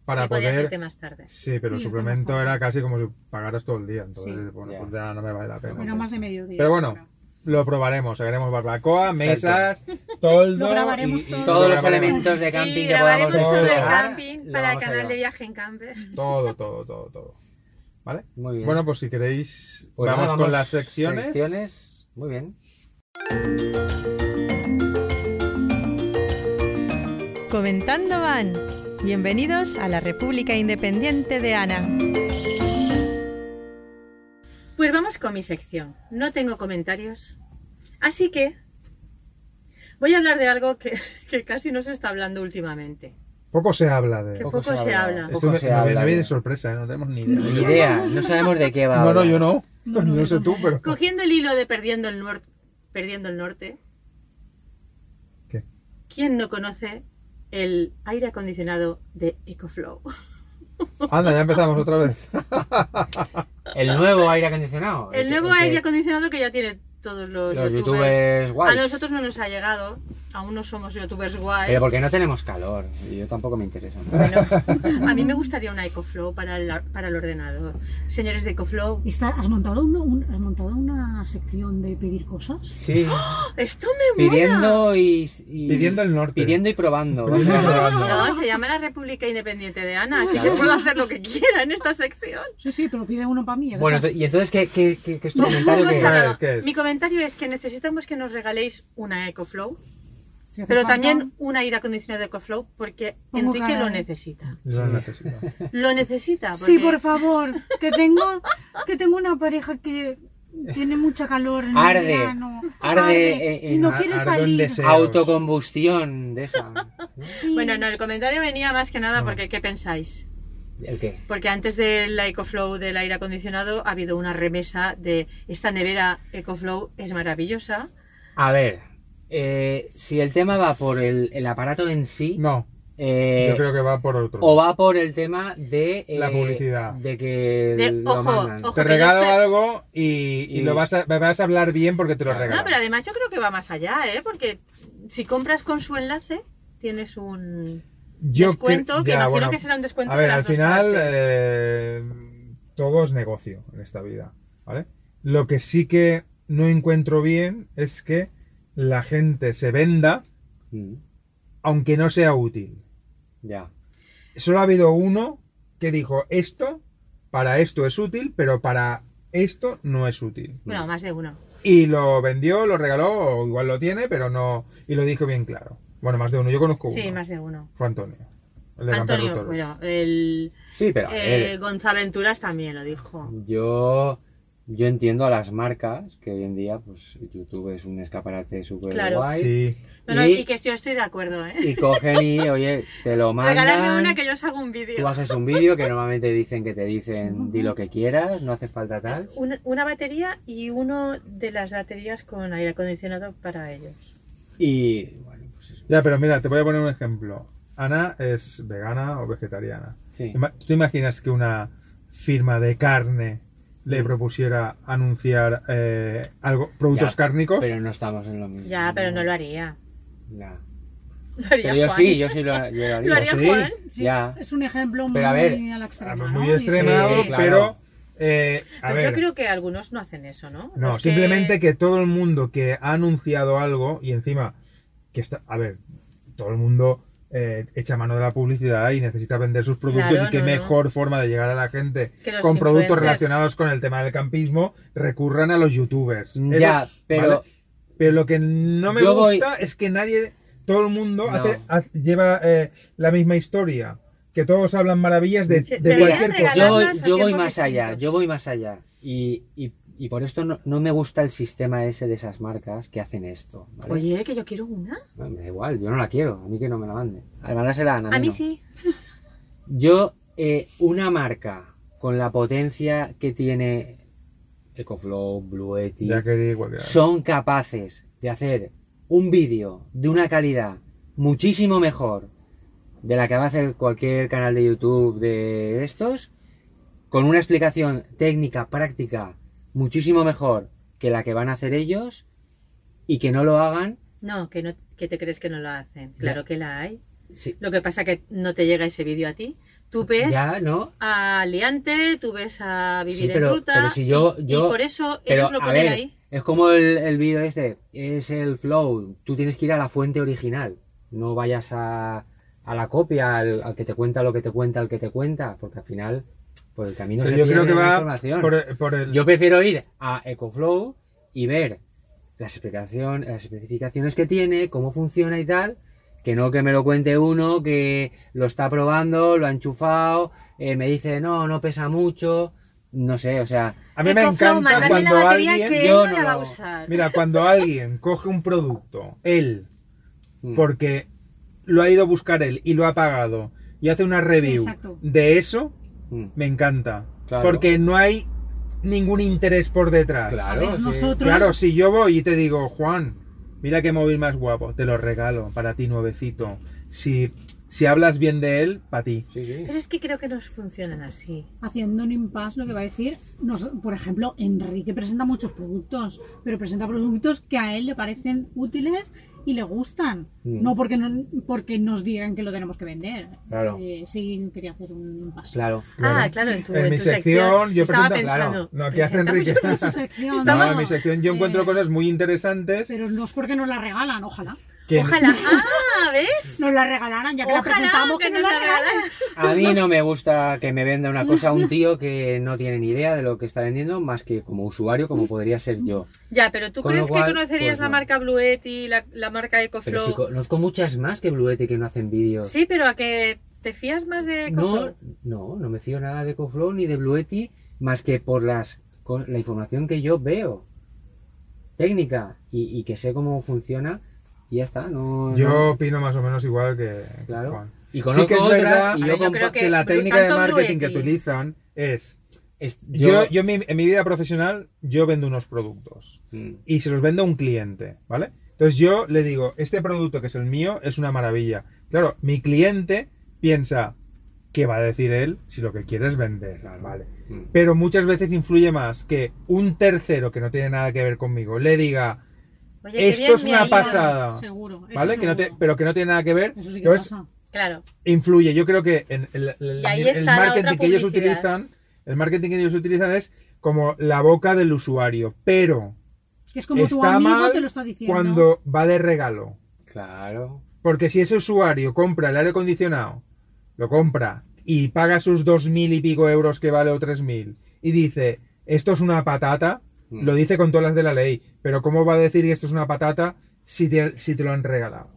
Speaker 2: para
Speaker 1: y podías
Speaker 2: poder.
Speaker 1: irte más tarde.
Speaker 2: Sí, pero el
Speaker 4: Irte más
Speaker 2: suplemento
Speaker 4: tarde.
Speaker 2: era casi como si pagaras todo el día. Entonces,
Speaker 4: Sí.
Speaker 2: bueno,
Speaker 3: Ya.
Speaker 2: pues ya no me vale la pena.
Speaker 4: Era más de mediodía.
Speaker 2: pues, Pero bueno,
Speaker 4: claro.
Speaker 2: lo probaremos. Haremos barbacoa, mesas, toldo.
Speaker 4: Lo grabaremos
Speaker 2: y- y,
Speaker 4: todo.
Speaker 3: Todos
Speaker 2: lo
Speaker 3: los
Speaker 2: grabaremos.
Speaker 3: elementos de camping
Speaker 1: Sí,
Speaker 3: que podamos Ah,
Speaker 1: grabaremos todo el
Speaker 2: llevar,
Speaker 1: camping
Speaker 3: lo
Speaker 1: para el
Speaker 3: vamos a
Speaker 1: canal de
Speaker 3: llevar.
Speaker 1: viaje en camper.
Speaker 2: Todo, todo, todo, todo. ¿Vale?
Speaker 3: Muy bien.
Speaker 2: Bueno, pues si queréis,
Speaker 3: Pues
Speaker 2: vamos,
Speaker 3: nada,
Speaker 2: con las secciones.
Speaker 3: secciones. Muy bien.
Speaker 1: Comentando van. Bienvenidos a la República Independiente de Ana. Pues vamos con mi sección. No tengo comentarios. Así que voy a hablar de algo que, que casi no se está hablando últimamente.
Speaker 2: Poco se habla
Speaker 1: Que
Speaker 2: de.
Speaker 1: poco, se, habla.
Speaker 2: Esto
Speaker 3: Poco
Speaker 2: me,
Speaker 3: se
Speaker 2: me- me
Speaker 3: habla
Speaker 2: viene
Speaker 3: de-
Speaker 2: sorpresa, ¿eh? no tenemos ni
Speaker 3: Ni
Speaker 2: idea.
Speaker 3: idea, no sabemos de qué va. a
Speaker 2: No, no,
Speaker 3: hablar.
Speaker 2: yo no. No,
Speaker 4: No, no, yo
Speaker 2: sé tú, pero.
Speaker 1: Cogiendo el hilo de Perdiendo el, Norte, Perdiendo el Norte,
Speaker 2: ¿Qué?
Speaker 1: ¿quién no conoce el aire acondicionado de EcoFlow?
Speaker 2: Anda, ya empezamos otra vez.
Speaker 3: El nuevo aire acondicionado.
Speaker 1: El nuevo
Speaker 3: que-
Speaker 1: aire acondicionado que ya tiene todos los,
Speaker 3: Los youtubers guays.
Speaker 1: A nosotros no nos ha llegado, aún no somos youtubers guays.
Speaker 3: Pero porque no tenemos calor. Y yo tampoco me interesa. ¿no?
Speaker 1: Bueno, a mí me gustaría una EcoFlow para el, para el ordenador. Señores de EcoFlow,
Speaker 4: Está- ¿Has, montado uno- un- ¿Has montado una sección de pedir cosas?
Speaker 3: Sí,
Speaker 1: ¡Ah! esto me mola.
Speaker 3: pidiendo y, y-
Speaker 2: Pidiendo el norte.
Speaker 3: Pidiendo y probando.
Speaker 2: Pidiendo y probando.
Speaker 1: No, se llama la República Independiente de Ana, así que puedo hacer lo que quiera en esta sección.
Speaker 4: Sí, sí, pero pide uno para mí.
Speaker 3: Bueno,
Speaker 4: gracias.
Speaker 3: y entonces, ¿qué, qué, qué, qué es tu comentario?
Speaker 1: Cosa
Speaker 3: que-
Speaker 2: Vale,
Speaker 1: nada.
Speaker 2: ¿qué es?
Speaker 1: Mi comentario es que necesitamos que nos regaléis una EcoFlow,
Speaker 4: Si hace
Speaker 1: pero
Speaker 4: falta,
Speaker 1: también un aire acondicionado de EcoFlow porque
Speaker 4: Pongo
Speaker 1: Enrique
Speaker 4: cara
Speaker 1: lo
Speaker 4: de-
Speaker 1: necesita.
Speaker 2: Es la necesidad.
Speaker 1: Lo necesita.
Speaker 3: Ah,
Speaker 4: Sí,
Speaker 1: porque-
Speaker 4: por favor, que tengo, que tengo una pareja que tiene mucha calor en
Speaker 3: Arde,
Speaker 4: el verano.
Speaker 3: arde eh,
Speaker 4: y
Speaker 3: en-
Speaker 4: no
Speaker 2: Ar-
Speaker 4: quiere
Speaker 2: arde un
Speaker 4: salir.
Speaker 2: deseo.
Speaker 3: Autocombustión de esa.
Speaker 4: Sí.
Speaker 1: Bueno, no, el comentario venía más que nada
Speaker 2: No.
Speaker 1: porque ¿qué pensáis?
Speaker 3: ¿El qué?
Speaker 1: Porque antes del EcoFlow del aire acondicionado ha habido una remesa de esta nevera EcoFlow es maravillosa.
Speaker 3: A ver, eh, si el tema va por el, el aparato en sí,
Speaker 2: No,
Speaker 3: eh,
Speaker 2: yo creo que va por otro.
Speaker 3: o va por el tema de... eh,
Speaker 2: La publicidad.
Speaker 3: De que
Speaker 1: De-
Speaker 3: lo
Speaker 1: ojo,
Speaker 3: mandan.
Speaker 1: ojo.
Speaker 2: Te
Speaker 1: que yo
Speaker 2: regalo
Speaker 1: estoy-
Speaker 2: algo y, y
Speaker 3: Y-
Speaker 2: lo vas a, me vas a hablar bien porque te lo
Speaker 3: No,
Speaker 2: regalo.
Speaker 1: No, pero además yo creo que va más allá, ¿eh? Porque si compras con su enlace tienes un...
Speaker 2: Yo
Speaker 1: descuento,
Speaker 2: cre-
Speaker 1: que imagino que será un descuento
Speaker 2: A ver,
Speaker 1: de las
Speaker 2: al
Speaker 1: dos
Speaker 2: final
Speaker 1: partes.
Speaker 2: eh, todo es negocio en esta vida, ¿vale? Lo que sí que no encuentro bien es que la gente se venda
Speaker 3: Mm,
Speaker 2: aunque no sea útil.
Speaker 3: Ya.
Speaker 2: Solo ha habido uno que dijo esto para esto es útil, pero para esto no es útil.
Speaker 1: Bueno, más de uno.
Speaker 2: Y lo vendió, lo regaló, o igual lo tiene, pero no. Y lo dijo bien claro. Bueno, más de uno. Yo conozco uno.
Speaker 1: Sí, más de uno.
Speaker 2: Fue Antonio. El de
Speaker 1: Antonio,
Speaker 2: Camperrutoro.
Speaker 1: bueno, el
Speaker 3: Sí, pero a ver,
Speaker 1: eh, Gonzaventuras también lo dijo.
Speaker 3: Yo, yo entiendo a las marcas que hoy en día, pues YouTube es un escaparate súper
Speaker 1: Claro.
Speaker 3: guay.
Speaker 2: Sí.
Speaker 1: No, no,
Speaker 3: Y-
Speaker 1: y... que yo estoy de acuerdo, ¿eh?
Speaker 3: Y cogen y, oye, te lo mandan.
Speaker 1: Regalarme una que yo os hago un
Speaker 3: Tú
Speaker 1: vídeo.
Speaker 3: haces un vídeo que normalmente dicen que te dicen di lo que quieras, no hace falta tal.
Speaker 1: Una, una batería y uno de las baterías con aire acondicionado para ellos.
Speaker 3: Y bueno, pues eso.
Speaker 2: Ya, pero mira, te voy a poner un ejemplo. Ana es vegana o vegetariana.
Speaker 3: Sí.
Speaker 2: Ima- ¿Tú te imaginas que una firma de carne
Speaker 3: Mm.
Speaker 2: le propusiera anunciar eh, algo, productos
Speaker 3: Ya,
Speaker 2: cárnicos?
Speaker 3: Pero no estamos en lo mismo.
Speaker 1: Ya, pero no lo haría.
Speaker 3: Ya.
Speaker 1: Lo haría
Speaker 3: Pero yo
Speaker 1: Juan.
Speaker 3: sí, yo sí lo, yo lo haría.
Speaker 1: Lo haría
Speaker 2: sí.
Speaker 1: Juan.
Speaker 4: Sí,
Speaker 3: ya.
Speaker 4: Es un ejemplo
Speaker 3: Pero a
Speaker 4: muy
Speaker 3: ver,
Speaker 4: a la extrema.
Speaker 2: Ah, pues
Speaker 4: ¿no?
Speaker 2: muy
Speaker 4: Sí,
Speaker 2: estrenado,
Speaker 3: Sí, claro.
Speaker 2: pero Eh, a ver.
Speaker 1: Pero Pues yo creo que algunos no hacen eso, ¿no?
Speaker 2: No,
Speaker 1: Los
Speaker 2: simplemente que... todo el mundo que ha anunciado algo y encima que está, a ver, todo el mundo eh, echa mano de la publicidad y necesita vender sus productos
Speaker 1: Claro,
Speaker 2: y qué
Speaker 1: no, no.
Speaker 2: mejor forma de llegar a la gente
Speaker 1: Que los
Speaker 2: con productos
Speaker 1: influencers.
Speaker 2: relacionados con el tema del campismo recurran a los youtubers. Eso-
Speaker 3: Ya, pero
Speaker 2: ¿vale? pero lo que no me
Speaker 3: Yo voy-
Speaker 2: gusta es que nadie, todo el mundo
Speaker 3: No.
Speaker 2: hace- ha- lleva eh, la misma historia, que todos hablan maravillas de,
Speaker 1: Sí,
Speaker 2: de
Speaker 1: deberían
Speaker 2: cualquier cosa.
Speaker 1: regalar
Speaker 3: yo voy,
Speaker 1: Ganarlas a
Speaker 3: yo voy
Speaker 1: tiempos
Speaker 3: más allá,
Speaker 1: distintos.
Speaker 3: yo voy más allá. Y, y- y por esto no, no me gusta el sistema ese de esas marcas que hacen esto. ¿vale?
Speaker 1: Oye, que yo quiero una.
Speaker 3: Me da igual, yo no la quiero, a mí que no me la mande. Al mandársela a Ana.
Speaker 1: A mí
Speaker 3: no.
Speaker 1: sí.
Speaker 3: Yo, eh, una marca con la potencia que tiene Ecoflow, Bluetti,
Speaker 2: Ya quería igual, ya.
Speaker 3: son capaces de hacer un vídeo de una calidad muchísimo mejor de la que va a hacer cualquier canal de YouTube de estos, con una explicación técnica, práctica, muchísimo mejor que la que van a hacer ellos, y que no lo hagan.
Speaker 1: No, que no, que te crees que no la hacen. Claro que la hay.
Speaker 3: Sí,
Speaker 1: Lo que pasa que no te llega ese vídeo a ti. Tú ves
Speaker 3: ya, ¿no?
Speaker 1: a Aliante, tú ves a Vivir
Speaker 3: Sí, pero-
Speaker 1: en Ruta.
Speaker 3: pero si yo-
Speaker 1: y,
Speaker 3: yo-
Speaker 1: y por eso
Speaker 3: Pero,
Speaker 1: ellos lo
Speaker 3: a
Speaker 1: ponen
Speaker 3: ver,
Speaker 1: ahí.
Speaker 3: es como el, el vídeo este, es el flow, tú tienes que ir a la fuente original, no vayas a, a la copia, al, al que te cuenta lo que te cuenta, al que te cuenta, porque al final, pues el camino
Speaker 2: Pero
Speaker 3: se
Speaker 2: yo
Speaker 3: pierde
Speaker 2: creo que
Speaker 3: la
Speaker 2: va
Speaker 3: información.
Speaker 2: por, por el...
Speaker 3: Yo prefiero ir a EcoFlow y ver las, explicación, las especificaciones que tiene, cómo funciona y tal, que no que me lo cuente uno que lo está probando, lo ha enchufado, eh, me dice, no, no pesa mucho, no sé, o sea...
Speaker 2: A mí me
Speaker 1: Ecoflow,
Speaker 2: encanta
Speaker 1: mandadme
Speaker 2: cuando
Speaker 1: la batería
Speaker 2: alguien...
Speaker 1: que
Speaker 3: Yo
Speaker 1: él
Speaker 3: no
Speaker 1: la
Speaker 3: lo
Speaker 1: va a
Speaker 3: hago.
Speaker 1: usar.
Speaker 2: Mira, cuando alguien coge un producto, él,
Speaker 3: mm.
Speaker 2: porque lo ha ido a buscar él y lo ha pagado, y hace una review
Speaker 4: Exacto.
Speaker 2: de eso,
Speaker 3: Mm.
Speaker 2: me encanta.
Speaker 3: Claro.
Speaker 2: Porque no hay ningún interés por detrás.
Speaker 3: Claro.
Speaker 4: A ver,
Speaker 3: sí.
Speaker 4: nosotros.
Speaker 2: Claro, si yo voy y te digo, Juan, mira qué móvil más guapo, te lo regalo para ti nuevecito. Si, si hablas bien de él, para ti.
Speaker 3: Sí, sí.
Speaker 1: Pero es que creo que nos funcionan así.
Speaker 4: haciendo un impasse lo que va a decir, nos- por ejemplo, Enrique presenta muchos productos, pero presenta productos que a él le parecen útiles y le gustan,
Speaker 3: Mm.
Speaker 4: no porque no porque nos digan que lo tenemos que vender.
Speaker 3: Claro.
Speaker 4: Eh, sí, quería hacer un impasse.
Speaker 3: Claro.
Speaker 1: Ah, claro, en tu,
Speaker 2: En
Speaker 1: en
Speaker 2: mi
Speaker 1: tu
Speaker 2: sección, yo
Speaker 1: Estaba
Speaker 2: presento- claro,
Speaker 1: pensando.
Speaker 2: no, ¿qué hace
Speaker 1: presentamos
Speaker 2: Enrique?
Speaker 1: esto.
Speaker 4: En su sección,
Speaker 2: No,
Speaker 1: Estaba-
Speaker 2: en mi sección yo encuentro
Speaker 4: Eh,
Speaker 2: cosas muy interesantes
Speaker 4: Pero no es porque nos la regalan, ojalá.
Speaker 2: que
Speaker 1: Ojalá. Ah, ¿ves?
Speaker 4: Nos la regalaran, ya que la
Speaker 1: Ojalá
Speaker 4: presentamos, que, nos la regalan.
Speaker 1: regalan.
Speaker 3: A mí no me gusta que me venda una cosa un tío que no tiene ni idea de lo que está vendiendo, más que como usuario, como podría ser yo.
Speaker 1: Ya, pero ¿tú
Speaker 3: Con lo
Speaker 1: crees
Speaker 3: cual,
Speaker 1: que conocerías
Speaker 3: pues
Speaker 1: la
Speaker 3: no.
Speaker 1: marca Bluetti, la, la marca
Speaker 3: Pero
Speaker 1: Ecoflow?
Speaker 3: si conozco muchas más que Bluete que no hacen vídeos.
Speaker 1: Sí, pero a que te fías más de
Speaker 3: no,
Speaker 1: Ecoflow.
Speaker 3: no, no me fío nada de Coflow ni de Bluetti, más que por las co- la información que yo veo. Técnica y, y que sé cómo funciona y ya está. No, no-
Speaker 2: Yo opino más o menos igual que que
Speaker 3: Claro.
Speaker 2: Juan.
Speaker 3: Y
Speaker 2: Sí
Speaker 3: conozco
Speaker 2: que es
Speaker 3: otras
Speaker 2: verdad-
Speaker 3: y
Speaker 1: A
Speaker 3: yo
Speaker 1: ver, yo
Speaker 3: compa-
Speaker 1: creo
Speaker 2: Que,
Speaker 1: que
Speaker 2: la
Speaker 1: Blue-
Speaker 2: técnica de
Speaker 1: tanto
Speaker 2: marketing
Speaker 1: Blue
Speaker 2: que
Speaker 1: Yeti.
Speaker 2: utilizan es
Speaker 3: es-
Speaker 2: yo, yo en mi- en mi vida profesional yo vendo unos productos
Speaker 3: Mm,
Speaker 2: y se los vendo a un cliente, ¿vale? Entonces yo le digo, este producto que es el mío es una maravilla. Claro, mi cliente piensa, ¿qué va a decir él si lo que quiere es vender? Vale.
Speaker 3: mm.
Speaker 2: Pero muchas veces influye más que un tercero que no tiene nada que ver conmigo le diga,
Speaker 1: Oye, qué
Speaker 2: esto
Speaker 1: bien
Speaker 2: es
Speaker 1: me
Speaker 2: una
Speaker 1: ha ido.
Speaker 2: pasada.
Speaker 4: Seguro, eso
Speaker 2: ¿vale? Que no te-
Speaker 4: seguro.
Speaker 2: pero que no tiene nada que ver.
Speaker 4: Eso sí que
Speaker 2: Entonces,
Speaker 4: pasa.
Speaker 1: Claro.
Speaker 2: influye. Yo creo que en el, el-
Speaker 1: Y ahí
Speaker 2: el
Speaker 1: está la
Speaker 2: marketing
Speaker 1: otra
Speaker 2: que ellos
Speaker 1: publicidad.
Speaker 2: utilizan, el marketing que ellos utilizan es como la boca del usuario, pero
Speaker 4: Que es como tu
Speaker 2: está
Speaker 4: amigo
Speaker 2: mal
Speaker 4: te lo está diciendo.
Speaker 2: cuando va de regalo,
Speaker 3: Claro.
Speaker 2: porque si ese usuario compra el aire acondicionado, lo compra y paga sus dos mil y pico euros que vale o tres mil y dice esto es una patata,
Speaker 3: Mm.
Speaker 2: lo dice con todas las de la ley, pero cómo va a decir que esto es una patata si te, si te lo han regalado.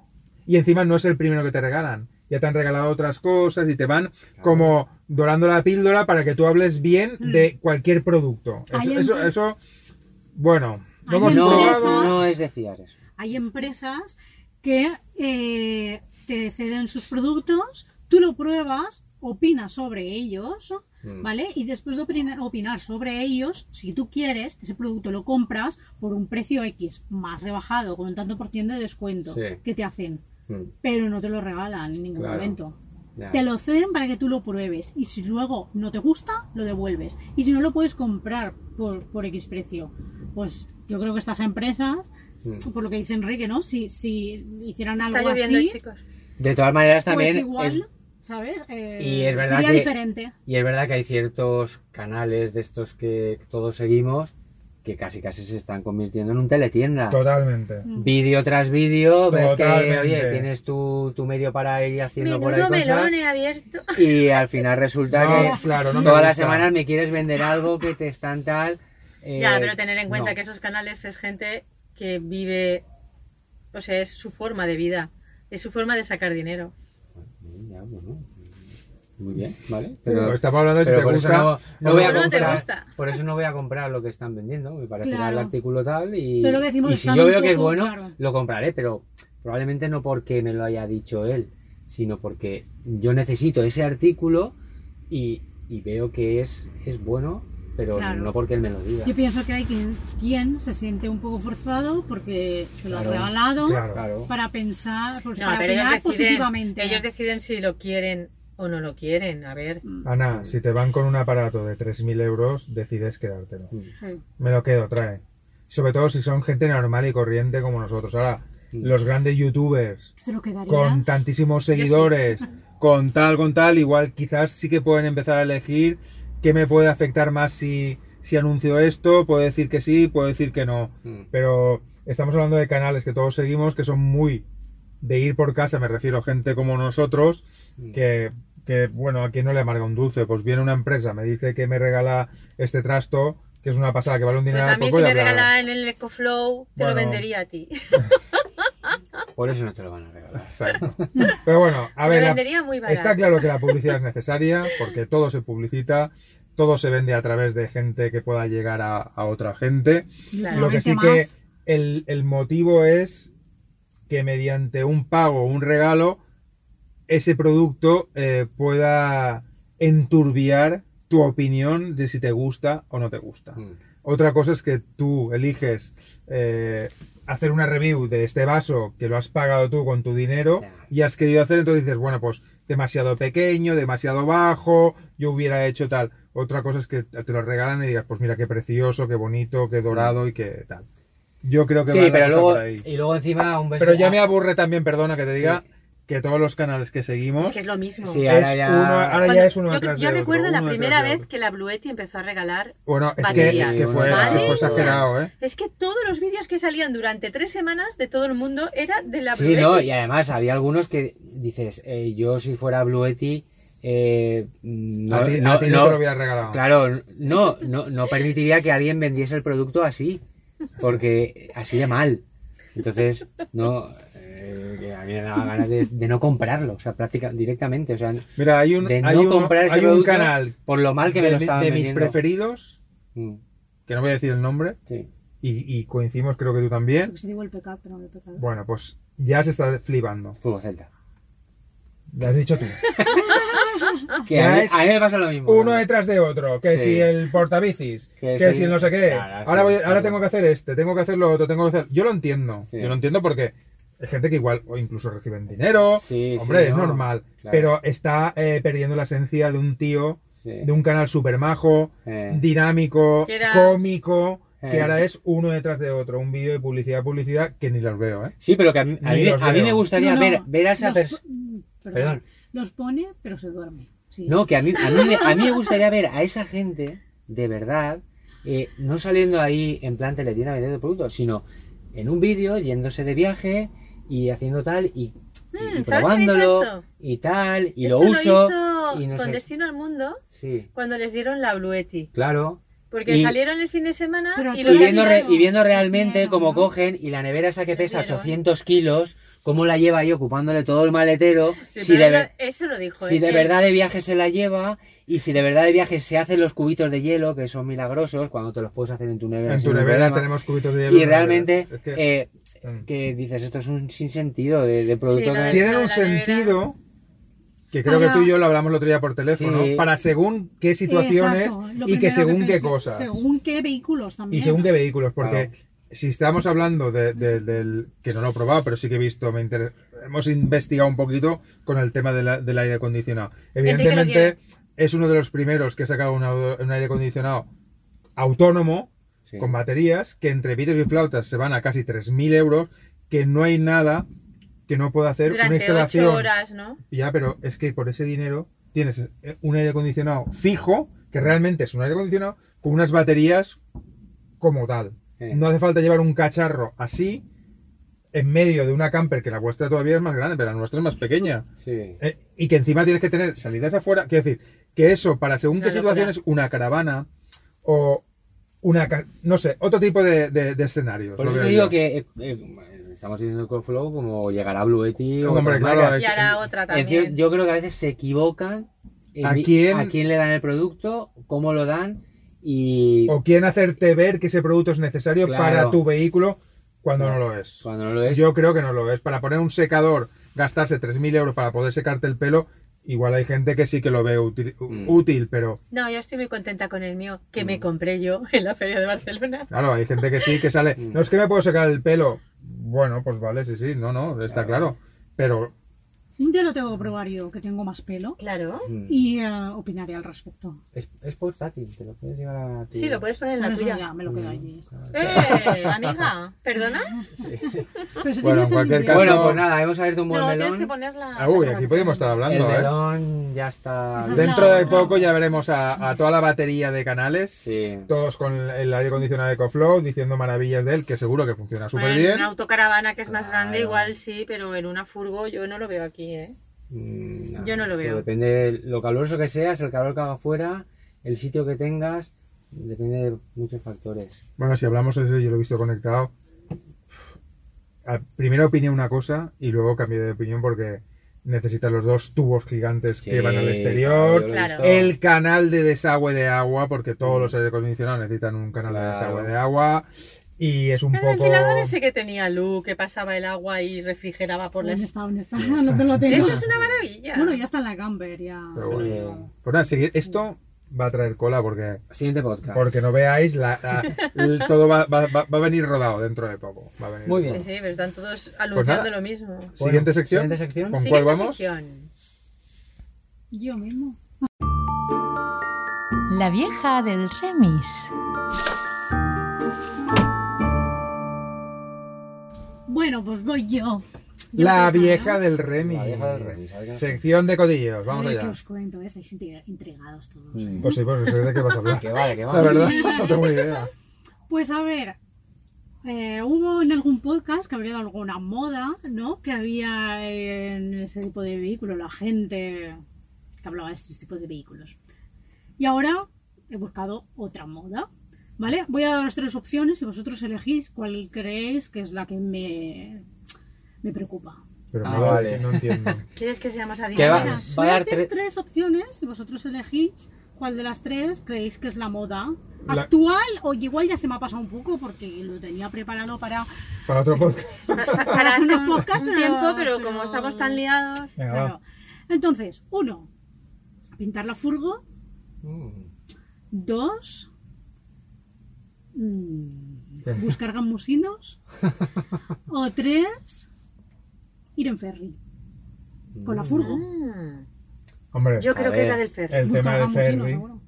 Speaker 2: Y encima no es el primero que te regalan. Ya te han regalado otras cosas y te van como dorando la píldora para que tú hables bien de cualquier producto.
Speaker 4: Mm. Hay
Speaker 2: Eso, eso,
Speaker 4: empresas-
Speaker 2: eso, bueno, lo
Speaker 4: Hay
Speaker 2: hemos
Speaker 3: No,
Speaker 4: empresas-
Speaker 2: probado.
Speaker 3: no es de fiar eso.
Speaker 4: Hay empresas que eh, te ceden sus productos, tú lo pruebas, opinas sobre ellos,
Speaker 3: Mm.
Speaker 4: ¿vale? Y después de opina- opinar sobre ellos, si tú quieres, ese producto lo compras por un precio X más rebajado, con un tanto por ciento de descuento
Speaker 3: Sí.
Speaker 4: que te hacen,
Speaker 3: Mm,
Speaker 4: pero no te lo regalan en ningún
Speaker 3: Claro.
Speaker 4: momento.
Speaker 3: ya.
Speaker 4: Te lo ceden para que tú lo pruebes y si luego no te gusta, lo devuelves. Y si no lo puedes comprar por, por X precio, pues yo creo que estas empresas,
Speaker 3: Mm.
Speaker 4: por lo que dice Enrique, ¿no? Si, si hicieran
Speaker 1: Está
Speaker 4: algo
Speaker 1: lloviendo,
Speaker 4: así, pues
Speaker 1: chicos. pues
Speaker 3: De todas maneras también
Speaker 4: igual.
Speaker 3: es-
Speaker 4: ¿sabes? Eh,
Speaker 3: Y es verdad
Speaker 4: sería
Speaker 3: que-
Speaker 4: diferente.
Speaker 3: Y es verdad que hay ciertos canales de estos que todos seguimos que casi casi se están convirtiendo en un teletienda.
Speaker 2: Totalmente.
Speaker 3: Vídeo tras vídeo, ves que
Speaker 2: Totalmente.
Speaker 3: oye, tienes tu, tu medio para ir haciendo por ahí
Speaker 1: Menudo
Speaker 3: cosas
Speaker 1: melón eh. he abierto.
Speaker 3: y al final resulta
Speaker 2: No,
Speaker 3: que
Speaker 2: claro, no me
Speaker 3: todas las
Speaker 2: gusta.
Speaker 3: semanas me quieres vender algo que te están tal. eh,
Speaker 1: ya, pero tener en cuenta
Speaker 3: no.
Speaker 1: que esos canales es gente que vive, o sea, es su forma de vida, es su forma de sacar dinero.
Speaker 3: Ya, bueno. Muy bien, ¿vale?
Speaker 2: Pero, estamos hablando de si te
Speaker 3: por
Speaker 2: gusta.
Speaker 3: eso no, no
Speaker 2: o
Speaker 3: voy a
Speaker 1: no te
Speaker 3: comprar,
Speaker 1: gusta.
Speaker 3: Por eso no voy a comprar lo que están vendiendo. Me parecerá
Speaker 4: Claro.
Speaker 3: el artículo tal. Y,
Speaker 4: Pero lo que decimos
Speaker 3: y si
Speaker 4: está
Speaker 3: yo
Speaker 4: un
Speaker 3: veo que es
Speaker 4: poco
Speaker 3: bueno,
Speaker 4: claro.
Speaker 3: lo compraré. Pero probablemente no porque me lo haya dicho él, sino porque yo necesito ese artículo y, y veo que es, es bueno, pero
Speaker 4: Claro.
Speaker 3: no porque él me lo diga.
Speaker 4: Yo pienso que hay quien, quien se siente un poco forzado porque se lo ha
Speaker 3: Claro,
Speaker 4: regalado
Speaker 2: claro.
Speaker 3: Claro.
Speaker 4: para pensar, pues,
Speaker 1: No,
Speaker 4: para
Speaker 1: pero ellos
Speaker 4: opinar
Speaker 1: deciden,
Speaker 4: positivamente.
Speaker 1: ellos deciden si lo quieren o no lo quieren. A ver,
Speaker 2: Ana, si te van con un aparato de 3.000 euros, decides quedártelo.
Speaker 3: Mm.
Speaker 4: Sí.
Speaker 2: Me lo quedo, trae. Sobre todo si son gente normal y corriente como nosotros. Ahora,
Speaker 3: Mm.
Speaker 2: los grandes youtubers
Speaker 4: ¿Tú te lo quedarías?
Speaker 2: con tantísimos seguidores, con tal, con tal, igual quizás sí que pueden empezar a elegir qué me puede afectar más si, si anuncio esto, puedo decir que sí, puedo decir que no.
Speaker 3: Mm.
Speaker 2: Pero estamos hablando de canales que todos seguimos, que son muy de ir por casa, me refiero a gente como nosotros, que, que, bueno, a quien no le amarga un dulce, pues viene una empresa, me dice que me regala este trasto, que es una pasada, que vale un dinero.
Speaker 1: pues a mí si me regalaran el EcoFlow, te
Speaker 2: Bueno.
Speaker 1: lo vendería a ti.
Speaker 3: Por eso no te lo van a regalar.
Speaker 2: Pero bueno, a
Speaker 1: Me
Speaker 2: ver, la-
Speaker 1: vendería muy barato.
Speaker 2: está claro que la publicidad es necesaria porque todo se publicita, todo se vende a través de gente que pueda llegar a, a otra gente.
Speaker 1: Claro.
Speaker 2: Lo que sí
Speaker 4: Probablemente
Speaker 2: que
Speaker 4: más.
Speaker 2: el, el motivo es que mediante un pago o un regalo, ese producto eh, pueda enturbiar tu opinión de si te gusta o no te gusta.
Speaker 3: Mm.
Speaker 2: Otra cosa es que tú eliges eh, hacer una review de este vaso que lo has pagado tú con tu dinero
Speaker 3: Ya.
Speaker 2: y has querido hacer, entonces dices, bueno, pues demasiado pequeño, demasiado bajo, yo hubiera hecho tal. Otra cosa es que te lo regalan y digas, pues mira qué precioso, qué bonito, qué dorado y qué tal. Yo creo que va
Speaker 3: Sí,
Speaker 2: la
Speaker 3: pero
Speaker 2: cosa
Speaker 3: luego,
Speaker 2: por ahí.
Speaker 3: y luego encima un beso.
Speaker 2: Pero ya
Speaker 3: Ah,
Speaker 2: me aburre también, perdona que te diga, que todos los canales que seguimos
Speaker 1: Es que es lo mismo.
Speaker 3: Sí,
Speaker 2: es
Speaker 3: ahora ya-
Speaker 2: uno- ahora
Speaker 1: Cuando-
Speaker 2: ya es uno
Speaker 1: yo,
Speaker 2: detrás
Speaker 1: yo
Speaker 2: de otro,
Speaker 1: recuerdo la
Speaker 2: uno detrás
Speaker 1: primera
Speaker 2: de
Speaker 1: vez
Speaker 2: otro.
Speaker 1: que la Bluetti empezó a regalar
Speaker 2: Bueno, es que,
Speaker 1: baterías.
Speaker 2: es que fue, es que
Speaker 1: Madre
Speaker 2: fue
Speaker 1: mía.
Speaker 2: exagerado, ¿eh?
Speaker 1: Es que todos los vídeos que salían durante tres semanas de todo el mundo era de la
Speaker 3: Sí,
Speaker 1: Bluetti.
Speaker 3: no, y además había algunos que dices, eh, yo si fuera Bluetti, eh, no,
Speaker 2: a ti, a
Speaker 3: no-
Speaker 2: ti no,
Speaker 3: no-
Speaker 2: te lo hubiera regalado.
Speaker 3: claro, no, no, no permitiría que alguien vendiese el producto así, porque así de mal. Entonces, no, eh, que a mí me daba ganas de, de no comprarlo, o sea, práctica, directamente, o sea,
Speaker 2: Mira, hay un,
Speaker 3: de
Speaker 2: hay
Speaker 3: no
Speaker 2: un-
Speaker 3: comprar ese
Speaker 2: hay un
Speaker 3: producto
Speaker 2: canal
Speaker 3: por lo mal que me
Speaker 2: de,
Speaker 3: lo
Speaker 2: mi-
Speaker 3: estaban
Speaker 2: de mis
Speaker 3: vendiendo.
Speaker 2: preferidos,
Speaker 3: Mm,
Speaker 2: que no voy a decir el nombre,
Speaker 3: sí.
Speaker 2: y, y coincidimos creo que tú
Speaker 4: Lo
Speaker 2: también.
Speaker 4: que sí Pues digo el pecado, pero no el pecado.
Speaker 2: Bueno, pues ya se está flipando.
Speaker 3: Fútbol Celta.
Speaker 2: Lo has dicho tú.
Speaker 4: Ah.
Speaker 3: Que a,
Speaker 2: Ya
Speaker 3: mí,
Speaker 2: es
Speaker 3: a mí me pasa lo mismo. ¿no?
Speaker 2: Uno detrás de otro, que
Speaker 3: Sí.
Speaker 2: si el portabicis, que,
Speaker 3: Que soy-
Speaker 2: si el no sé qué.
Speaker 3: Claro,
Speaker 2: ahora
Speaker 3: sí,
Speaker 2: voy,
Speaker 3: claro.
Speaker 2: ahora tengo que hacer este, tengo que hacer lo otro, tengo que hacer. Yo lo entiendo.
Speaker 3: Sí.
Speaker 2: Yo lo entiendo porque hay gente que igual o incluso reciben dinero.
Speaker 3: Sí,
Speaker 2: Hombre,
Speaker 3: sí,
Speaker 2: es
Speaker 3: no,
Speaker 2: normal.
Speaker 3: claro.
Speaker 2: Pero está eh, perdiendo la esencia de un tío,
Speaker 3: Sí.
Speaker 2: de un canal super majo,
Speaker 3: Eh.
Speaker 2: dinámico,
Speaker 1: Que era-
Speaker 2: cómico, que
Speaker 3: Eh.
Speaker 2: ahora es uno detrás de otro, un vídeo de publicidad, publicidad, que ni los veo, ¿eh?
Speaker 3: Sí, pero que a mí, a
Speaker 2: Ni
Speaker 3: mí-
Speaker 2: los
Speaker 3: a mí
Speaker 2: veo.
Speaker 3: me gustaría
Speaker 4: No, no,
Speaker 3: ver, ver a esa
Speaker 4: los
Speaker 3: persona.
Speaker 4: po- mm, Perdón.
Speaker 3: Perdón.
Speaker 4: Los pone, pero se duerme. Sí.
Speaker 3: No, que a mí, a, mí, me- a mí me gustaría ver a esa gente, de verdad, eh, no saliendo ahí en plan teletienda vendiendo productos, sino en un vídeo, yéndose de viaje y haciendo tal y, y
Speaker 1: Mm, ¿sabes quién hizo
Speaker 3: probándolo
Speaker 1: esto?
Speaker 3: y tal, y
Speaker 1: Esto
Speaker 3: lo uso.
Speaker 1: hizo
Speaker 3: y no
Speaker 1: con
Speaker 3: sé-
Speaker 1: Destino al Mundo
Speaker 3: Sí,
Speaker 1: cuando les dieron la Bluetti.
Speaker 3: claro.
Speaker 1: Porque
Speaker 3: Y-
Speaker 1: salieron el fin de semana
Speaker 4: Pero
Speaker 1: y
Speaker 4: tú
Speaker 1: lo
Speaker 3: Y viendo, re-
Speaker 1: vendieron.
Speaker 4: dieron.
Speaker 3: y viendo realmente
Speaker 4: Los
Speaker 3: cómo
Speaker 4: dieron, ¿no?
Speaker 3: cogen y la nevera esa que
Speaker 1: Los
Speaker 3: pesa
Speaker 1: dieron.
Speaker 3: 800 kilos, cómo la lleva ahí ocupándole todo el maletero.
Speaker 1: Sí,
Speaker 3: si
Speaker 1: pero
Speaker 3: de
Speaker 1: él lo-
Speaker 3: ver-
Speaker 1: eso lo dijo.
Speaker 3: Si
Speaker 1: ¿eh?
Speaker 3: de
Speaker 1: Él-
Speaker 3: verdad de viaje se la lleva y si de verdad de viaje se hacen los cubitos de hielo, que son milagrosos, cuando te los puedes hacer en tu nevera.
Speaker 2: En
Speaker 3: sin
Speaker 2: tu
Speaker 3: ningún
Speaker 2: nevera
Speaker 3: problema.
Speaker 2: tenemos cubitos de hielo.
Speaker 3: Y
Speaker 2: en la nevera.
Speaker 3: realmente, eh,
Speaker 2: Es que
Speaker 3: que...
Speaker 2: Mm.
Speaker 3: que dices, esto es un sinsentido de, de producto
Speaker 1: lo
Speaker 3: que...
Speaker 1: del-
Speaker 2: tienen
Speaker 1: de
Speaker 2: un
Speaker 1: la nevera.
Speaker 2: sentido que creo
Speaker 4: Para-
Speaker 2: que tú y yo lo hablamos el otro día por teléfono,
Speaker 3: Sí.
Speaker 2: para según qué situaciones
Speaker 4: Exacto, lo
Speaker 2: y
Speaker 4: primero
Speaker 2: que según qué
Speaker 4: pensé,
Speaker 2: cosas.
Speaker 4: Según qué vehículos también.
Speaker 2: Y según qué
Speaker 4: ¿no?
Speaker 2: vehículos, porque
Speaker 3: Claro.
Speaker 2: si estamos hablando de- de- del... que no lo he probado, pero sí que he visto, me inter- hemos investigado un poquito con el tema de la- del aire acondicionado.
Speaker 1: Enrique lo
Speaker 2: Evidentemente, es uno de los primeros que ha sacado un, au- un aire acondicionado autónomo,
Speaker 3: Sí.
Speaker 2: con baterías, que entre vídeos y flautas se van a casi 3.000 euros, que no hay nada que no puedo hacer una
Speaker 1: Durante
Speaker 2: instalación.
Speaker 1: ocho horas, ¿no?
Speaker 2: Ya, pero es que por ese dinero tienes eh, un aire acondicionado fijo, que realmente es un aire acondicionado, con unas baterías como tal.
Speaker 3: Sí.
Speaker 2: No hace falta llevar un cacharro así en medio de una camper, que la vuestra todavía es más grande, pero la nuestra es más pequeña.
Speaker 3: Sí.
Speaker 2: Eh, y que encima tienes que tener salidas afuera. Quiero decir, que eso, para según
Speaker 1: Es
Speaker 2: qué
Speaker 1: una locura.
Speaker 2: situaciones, una caravana o una, ca- no sé, otro tipo de, de- de escenarios.
Speaker 3: Por
Speaker 2: lo
Speaker 3: eso te
Speaker 2: veo
Speaker 3: digo
Speaker 2: yo.
Speaker 3: que eh, eh, estamos diciendo con Flow como llegará Blue Yeti o
Speaker 2: Hombre,
Speaker 3: otras
Speaker 2: claro,
Speaker 3: marcas.
Speaker 2: Es-
Speaker 1: Y hará otra
Speaker 3: Es decir,
Speaker 1: también.
Speaker 3: yo creo que a veces se equivocan en
Speaker 2: ¿A
Speaker 3: vi-
Speaker 2: quién?
Speaker 3: a quién le dan el producto, cómo lo dan y
Speaker 2: O quieren hacerte ver que ese producto es necesario
Speaker 3: Claro.
Speaker 2: para tu vehículo cuando no lo es.
Speaker 3: cuando no lo es.
Speaker 2: Yo creo que no lo es. Para poner un secador, gastarse 3.000 euros para poder secarte el pelo, igual hay gente que sí que lo ve útil,
Speaker 3: Mm.
Speaker 2: útil, pero
Speaker 1: No, yo estoy muy contenta con el mío, que
Speaker 2: Mm.
Speaker 1: me compré yo en la feria de Barcelona.
Speaker 2: claro, hay gente que sí que sale.
Speaker 3: Mm.
Speaker 2: No es que me puedo secar el pelo. Bueno, pues vale, sí, sí, no, no, está claro. Pero
Speaker 4: Un día lo tengo que probar yo, que tengo más pelo,
Speaker 1: Claro.
Speaker 3: Mm.
Speaker 4: y eh, opinaré al respecto.
Speaker 3: Es, es portátil, te lo puedes llevar a tu...
Speaker 1: Sí, lo puedes poner en
Speaker 4: Bueno,
Speaker 1: la
Speaker 4: eso
Speaker 1: tuya.
Speaker 4: ya me lo quedo allí.
Speaker 1: ¡Eh, amiga! ¿Perdona?
Speaker 4: Pero
Speaker 2: Bueno,
Speaker 4: eso tiene
Speaker 2: en cualquier caso-
Speaker 4: sentido.
Speaker 3: Bueno, pues nada, hemos abierto un buen
Speaker 1: No, tienes que
Speaker 3: melón.
Speaker 1: ponerla.
Speaker 2: Ah, uy, aquí podemos estar hablando,
Speaker 3: el
Speaker 2: ¿eh?
Speaker 3: melón ya está...
Speaker 4: Esa es la-
Speaker 2: Dentro de poco ya veremos a, a toda la batería de canales,
Speaker 3: Sí.
Speaker 2: todos con el aire acondicionado de Coflow, diciendo maravillas de él, que seguro que funciona súper
Speaker 1: Bueno, en
Speaker 2: bien.
Speaker 1: una autocaravana que es más grande
Speaker 3: Claro.
Speaker 1: igual sí, pero en una furgo yo no lo veo aquí, ¿eh?
Speaker 3: Mm, nada,
Speaker 1: Yo no lo
Speaker 3: eso
Speaker 1: veo.
Speaker 3: Depende de lo caluroso que seas, el calor que haga afuera, el sitio que tengas, depende de muchos factores.
Speaker 2: Bueno, si hablamos de eso, yo lo he visto conectado. Al- Primero opiné una cosa y luego cambié de opinión porque necesitas los dos tubos gigantes que van al
Speaker 3: Sí,
Speaker 2: exterior.
Speaker 3: yo lo he
Speaker 1: Claro.
Speaker 3: visto. Mm.
Speaker 2: El canal de desagüe de agua, porque todos los aire acondicionados necesitan un canal de
Speaker 3: Claro.
Speaker 2: desagüe de agua. Y es un
Speaker 1: El
Speaker 2: poco.
Speaker 1: ventilador ese que tenía luz, que pasaba el agua y refrigeraba por
Speaker 4: ¿Dónde
Speaker 1: las...
Speaker 4: está? ¿Dónde está? No te lo tengo.
Speaker 1: Eso es una maravilla.
Speaker 4: Bueno, ya está en la camper, ya.
Speaker 2: Pero
Speaker 4: se lo
Speaker 3: bueno.
Speaker 4: llevo.
Speaker 2: Pues nada, sigue- esto va a traer cola porque.
Speaker 3: Siguiente podcast.
Speaker 2: Porque no veáis, la, la- el- todo va, va- va- va a venir rodado dentro de poco. Va a venir.
Speaker 3: Muy
Speaker 1: Sí,
Speaker 3: bien.
Speaker 1: sí, pero están todos
Speaker 3: Pues
Speaker 1: anunciando
Speaker 2: nada.
Speaker 1: lo mismo.
Speaker 3: Bueno,
Speaker 2: Siguiente sección.
Speaker 3: Siguiente sección.
Speaker 2: ¿Con cuál
Speaker 1: Siguiente
Speaker 2: vamos?
Speaker 1: sección.
Speaker 4: Yo mismo.
Speaker 5: La vieja del remis.
Speaker 4: Bueno, pues voy yo. Yo
Speaker 2: La
Speaker 4: creo que,
Speaker 2: vieja
Speaker 4: ¿no?
Speaker 2: del Remy.
Speaker 3: La vieja del Remy, a ver qué nos
Speaker 2: Sección de codillos,
Speaker 4: A
Speaker 2: vamos
Speaker 4: ver ¿Qué
Speaker 2: allá.
Speaker 4: os cuento? Estáis intri- intrigados todos.
Speaker 3: Mm.
Speaker 2: Pues sí, pues sé de qué vas a hablar.
Speaker 3: Que vale, que
Speaker 2: La
Speaker 3: vale.
Speaker 2: verdad, no tengo ni idea.
Speaker 4: Pues a ver, eh, hubo en algún podcast que habría dado alguna moda, ¿no? Que había en este tipo de vehículos, la gente que hablaba de estos tipos de vehículos. Y ahora he buscado otra moda, ¿vale? Voy a daros tres opciones y vosotros elegís cuál creéis que es la que me, me preocupa.
Speaker 2: Pero
Speaker 3: Ah,
Speaker 2: moda de
Speaker 3: vale.
Speaker 2: que no entiendo.
Speaker 1: ¿Quieres que sea más
Speaker 3: ¿Qué va?
Speaker 1: adivinada?
Speaker 4: Mira,
Speaker 3: va a
Speaker 4: voy a
Speaker 3: dar
Speaker 4: decir
Speaker 3: tre-
Speaker 4: tres opciones y vosotros elegís cuál de las tres creéis que es la moda
Speaker 2: La-
Speaker 4: actual o igual ya se me ha pasado un poco porque lo tenía preparado para
Speaker 2: Para otro podcast.
Speaker 1: Para hacer un,
Speaker 4: Unos podcasts,
Speaker 1: un
Speaker 4: pero-
Speaker 1: tiempo, pero como
Speaker 4: pero-
Speaker 1: estamos tan liados...
Speaker 2: Venga, va.
Speaker 4: Claro. Entonces, uno, pintar la furgo.
Speaker 3: Mm.
Speaker 4: Dos, mm,
Speaker 2: ¿Qué?
Speaker 4: buscar gamusinos. o tres, ir en ferry. Con la furgo.
Speaker 1: Mm.
Speaker 2: Hombre,
Speaker 1: Yo creo
Speaker 3: Pues, ver.
Speaker 1: que es la del ferry.
Speaker 2: el tema
Speaker 4: Buscar
Speaker 2: del
Speaker 4: gamusinos,
Speaker 2: ferry.
Speaker 4: seguro.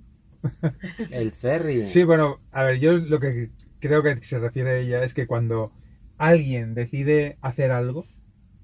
Speaker 3: El ferry.
Speaker 2: Sí, bueno, a ver, yo lo que creo que se refiere ella es que cuando alguien decide hacer algo,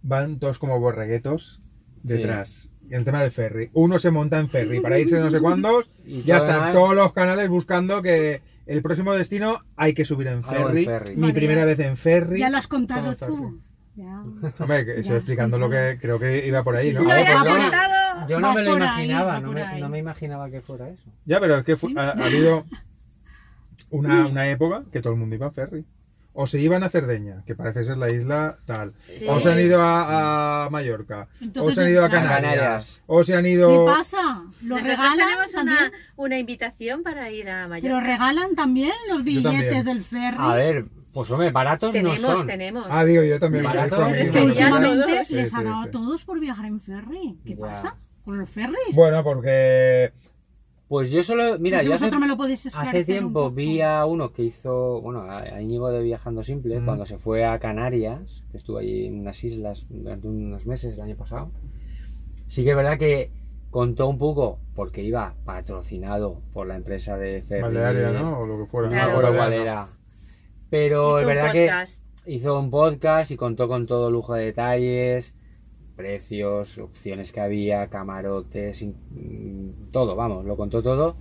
Speaker 2: van todos como borreguetos detrás. El tema del ferry. Uno se monta en ferry para irse no sé cuándos,
Speaker 3: Y
Speaker 2: ya
Speaker 3: todo
Speaker 2: están
Speaker 3: demás-
Speaker 2: todos los canales buscando que el próximo destino hay que subir en
Speaker 3: Algo en
Speaker 2: ferry.
Speaker 3: ferry.
Speaker 2: Mi
Speaker 4: Vale,
Speaker 2: primera
Speaker 4: ya.
Speaker 2: vez en ferry.
Speaker 4: Ya lo has contado
Speaker 2: Todo en
Speaker 4: tú. Ya.
Speaker 2: ferry. Hombre, que estoy
Speaker 4: Ya.
Speaker 2: explicando lo que creo que iba por ahí, ¿no?
Speaker 4: Sí,
Speaker 2: Ah,
Speaker 4: lo he
Speaker 2: perdón.
Speaker 4: apuntado.
Speaker 3: Yo no
Speaker 4: Va
Speaker 3: me lo
Speaker 4: por ahí,
Speaker 3: imaginaba,
Speaker 4: va
Speaker 3: no
Speaker 4: por
Speaker 3: me,
Speaker 4: ahí.
Speaker 3: no me imaginaba que fuera eso.
Speaker 2: Ya, pero es que fu- ha, ha habido una, una época que todo el mundo iba en ferry. O se iban a Cerdeña, que parece ser la isla tal.
Speaker 1: Sí.
Speaker 2: O se han ido a, a Mallorca. o
Speaker 4: Entonces,
Speaker 2: se han ido a
Speaker 4: claro.
Speaker 2: Canarias.
Speaker 3: Canarias.
Speaker 2: O se han
Speaker 4: ¿Qué
Speaker 2: ido...
Speaker 4: pasa? ¿Lo
Speaker 1: Nosotros
Speaker 4: regalan
Speaker 1: tenemos
Speaker 4: también?
Speaker 3: Eh.
Speaker 1: una, una invitación para ir a
Speaker 4: ¿Pero
Speaker 1: Mallorca.
Speaker 4: regalan también los billetes
Speaker 2: también.
Speaker 4: del ferry?
Speaker 3: A ver, pues hombre, baratos
Speaker 1: Tenemos,
Speaker 3: no son.
Speaker 1: tenemos.
Speaker 2: Ah, digo, yo también.
Speaker 3: Barato,
Speaker 2: parezco a mí,
Speaker 3: es
Speaker 1: que
Speaker 2: ¿no?
Speaker 1: ya no-
Speaker 4: Últimamente
Speaker 1: todos.
Speaker 4: les
Speaker 2: Sí,
Speaker 4: ha
Speaker 2: sí,
Speaker 4: dado a
Speaker 2: sí.
Speaker 4: todos por viajar en ferry. ¿Qué
Speaker 3: Ya.
Speaker 4: pasa con los ferries?
Speaker 2: Bueno, porque...
Speaker 3: Pues yo solo, mira,
Speaker 4: No sé,
Speaker 3: yo hace,
Speaker 4: vosotros me lo podéis esclarecer
Speaker 3: hace tiempo
Speaker 4: un
Speaker 3: vi
Speaker 4: poco.
Speaker 3: a uno que hizo, bueno, a, a Íñigo de Viajando Simple,
Speaker 2: Mm.
Speaker 3: cuando se fue a Canarias, que estuvo allí en unas islas durante unos meses el año pasado. Sí que es verdad que contó un poco, porque iba patrocinado por la empresa de ferry.
Speaker 2: Balnearia, ¿no? O lo que fuera.
Speaker 3: No me
Speaker 1: Claro.
Speaker 3: acuerdo
Speaker 2: Balnearia,
Speaker 3: cuál era.
Speaker 2: ¿no?
Speaker 1: Hizo
Speaker 3: Pero es
Speaker 1: un
Speaker 3: verdad que
Speaker 1: podcast.
Speaker 3: hizo un podcast y contó con todo lujo de detalles, precios, opciones que había, camarotes, in- mm, todo, vamos, lo contó todo.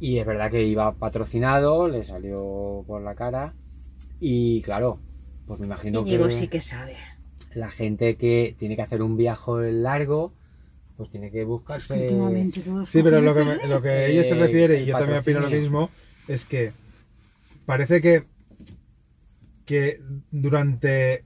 Speaker 3: Y es verdad que iba patrocinado, le salió por la cara. Y claro, pues me imagino
Speaker 1: Íñigo
Speaker 3: que
Speaker 1: sí que sabe.
Speaker 3: la gente que tiene que hacer un viaje largo, pues tiene que
Speaker 4: Es que
Speaker 3: buscarse...
Speaker 4: últimamente todos
Speaker 2: Sí, pero
Speaker 4: cogen
Speaker 2: lo que, me-
Speaker 4: FM.
Speaker 2: lo que ella se
Speaker 3: Eh,
Speaker 2: refiere, y
Speaker 3: el
Speaker 2: yo también opino lo
Speaker 3: patrocinio.
Speaker 2: mismo, es que parece que, que durante,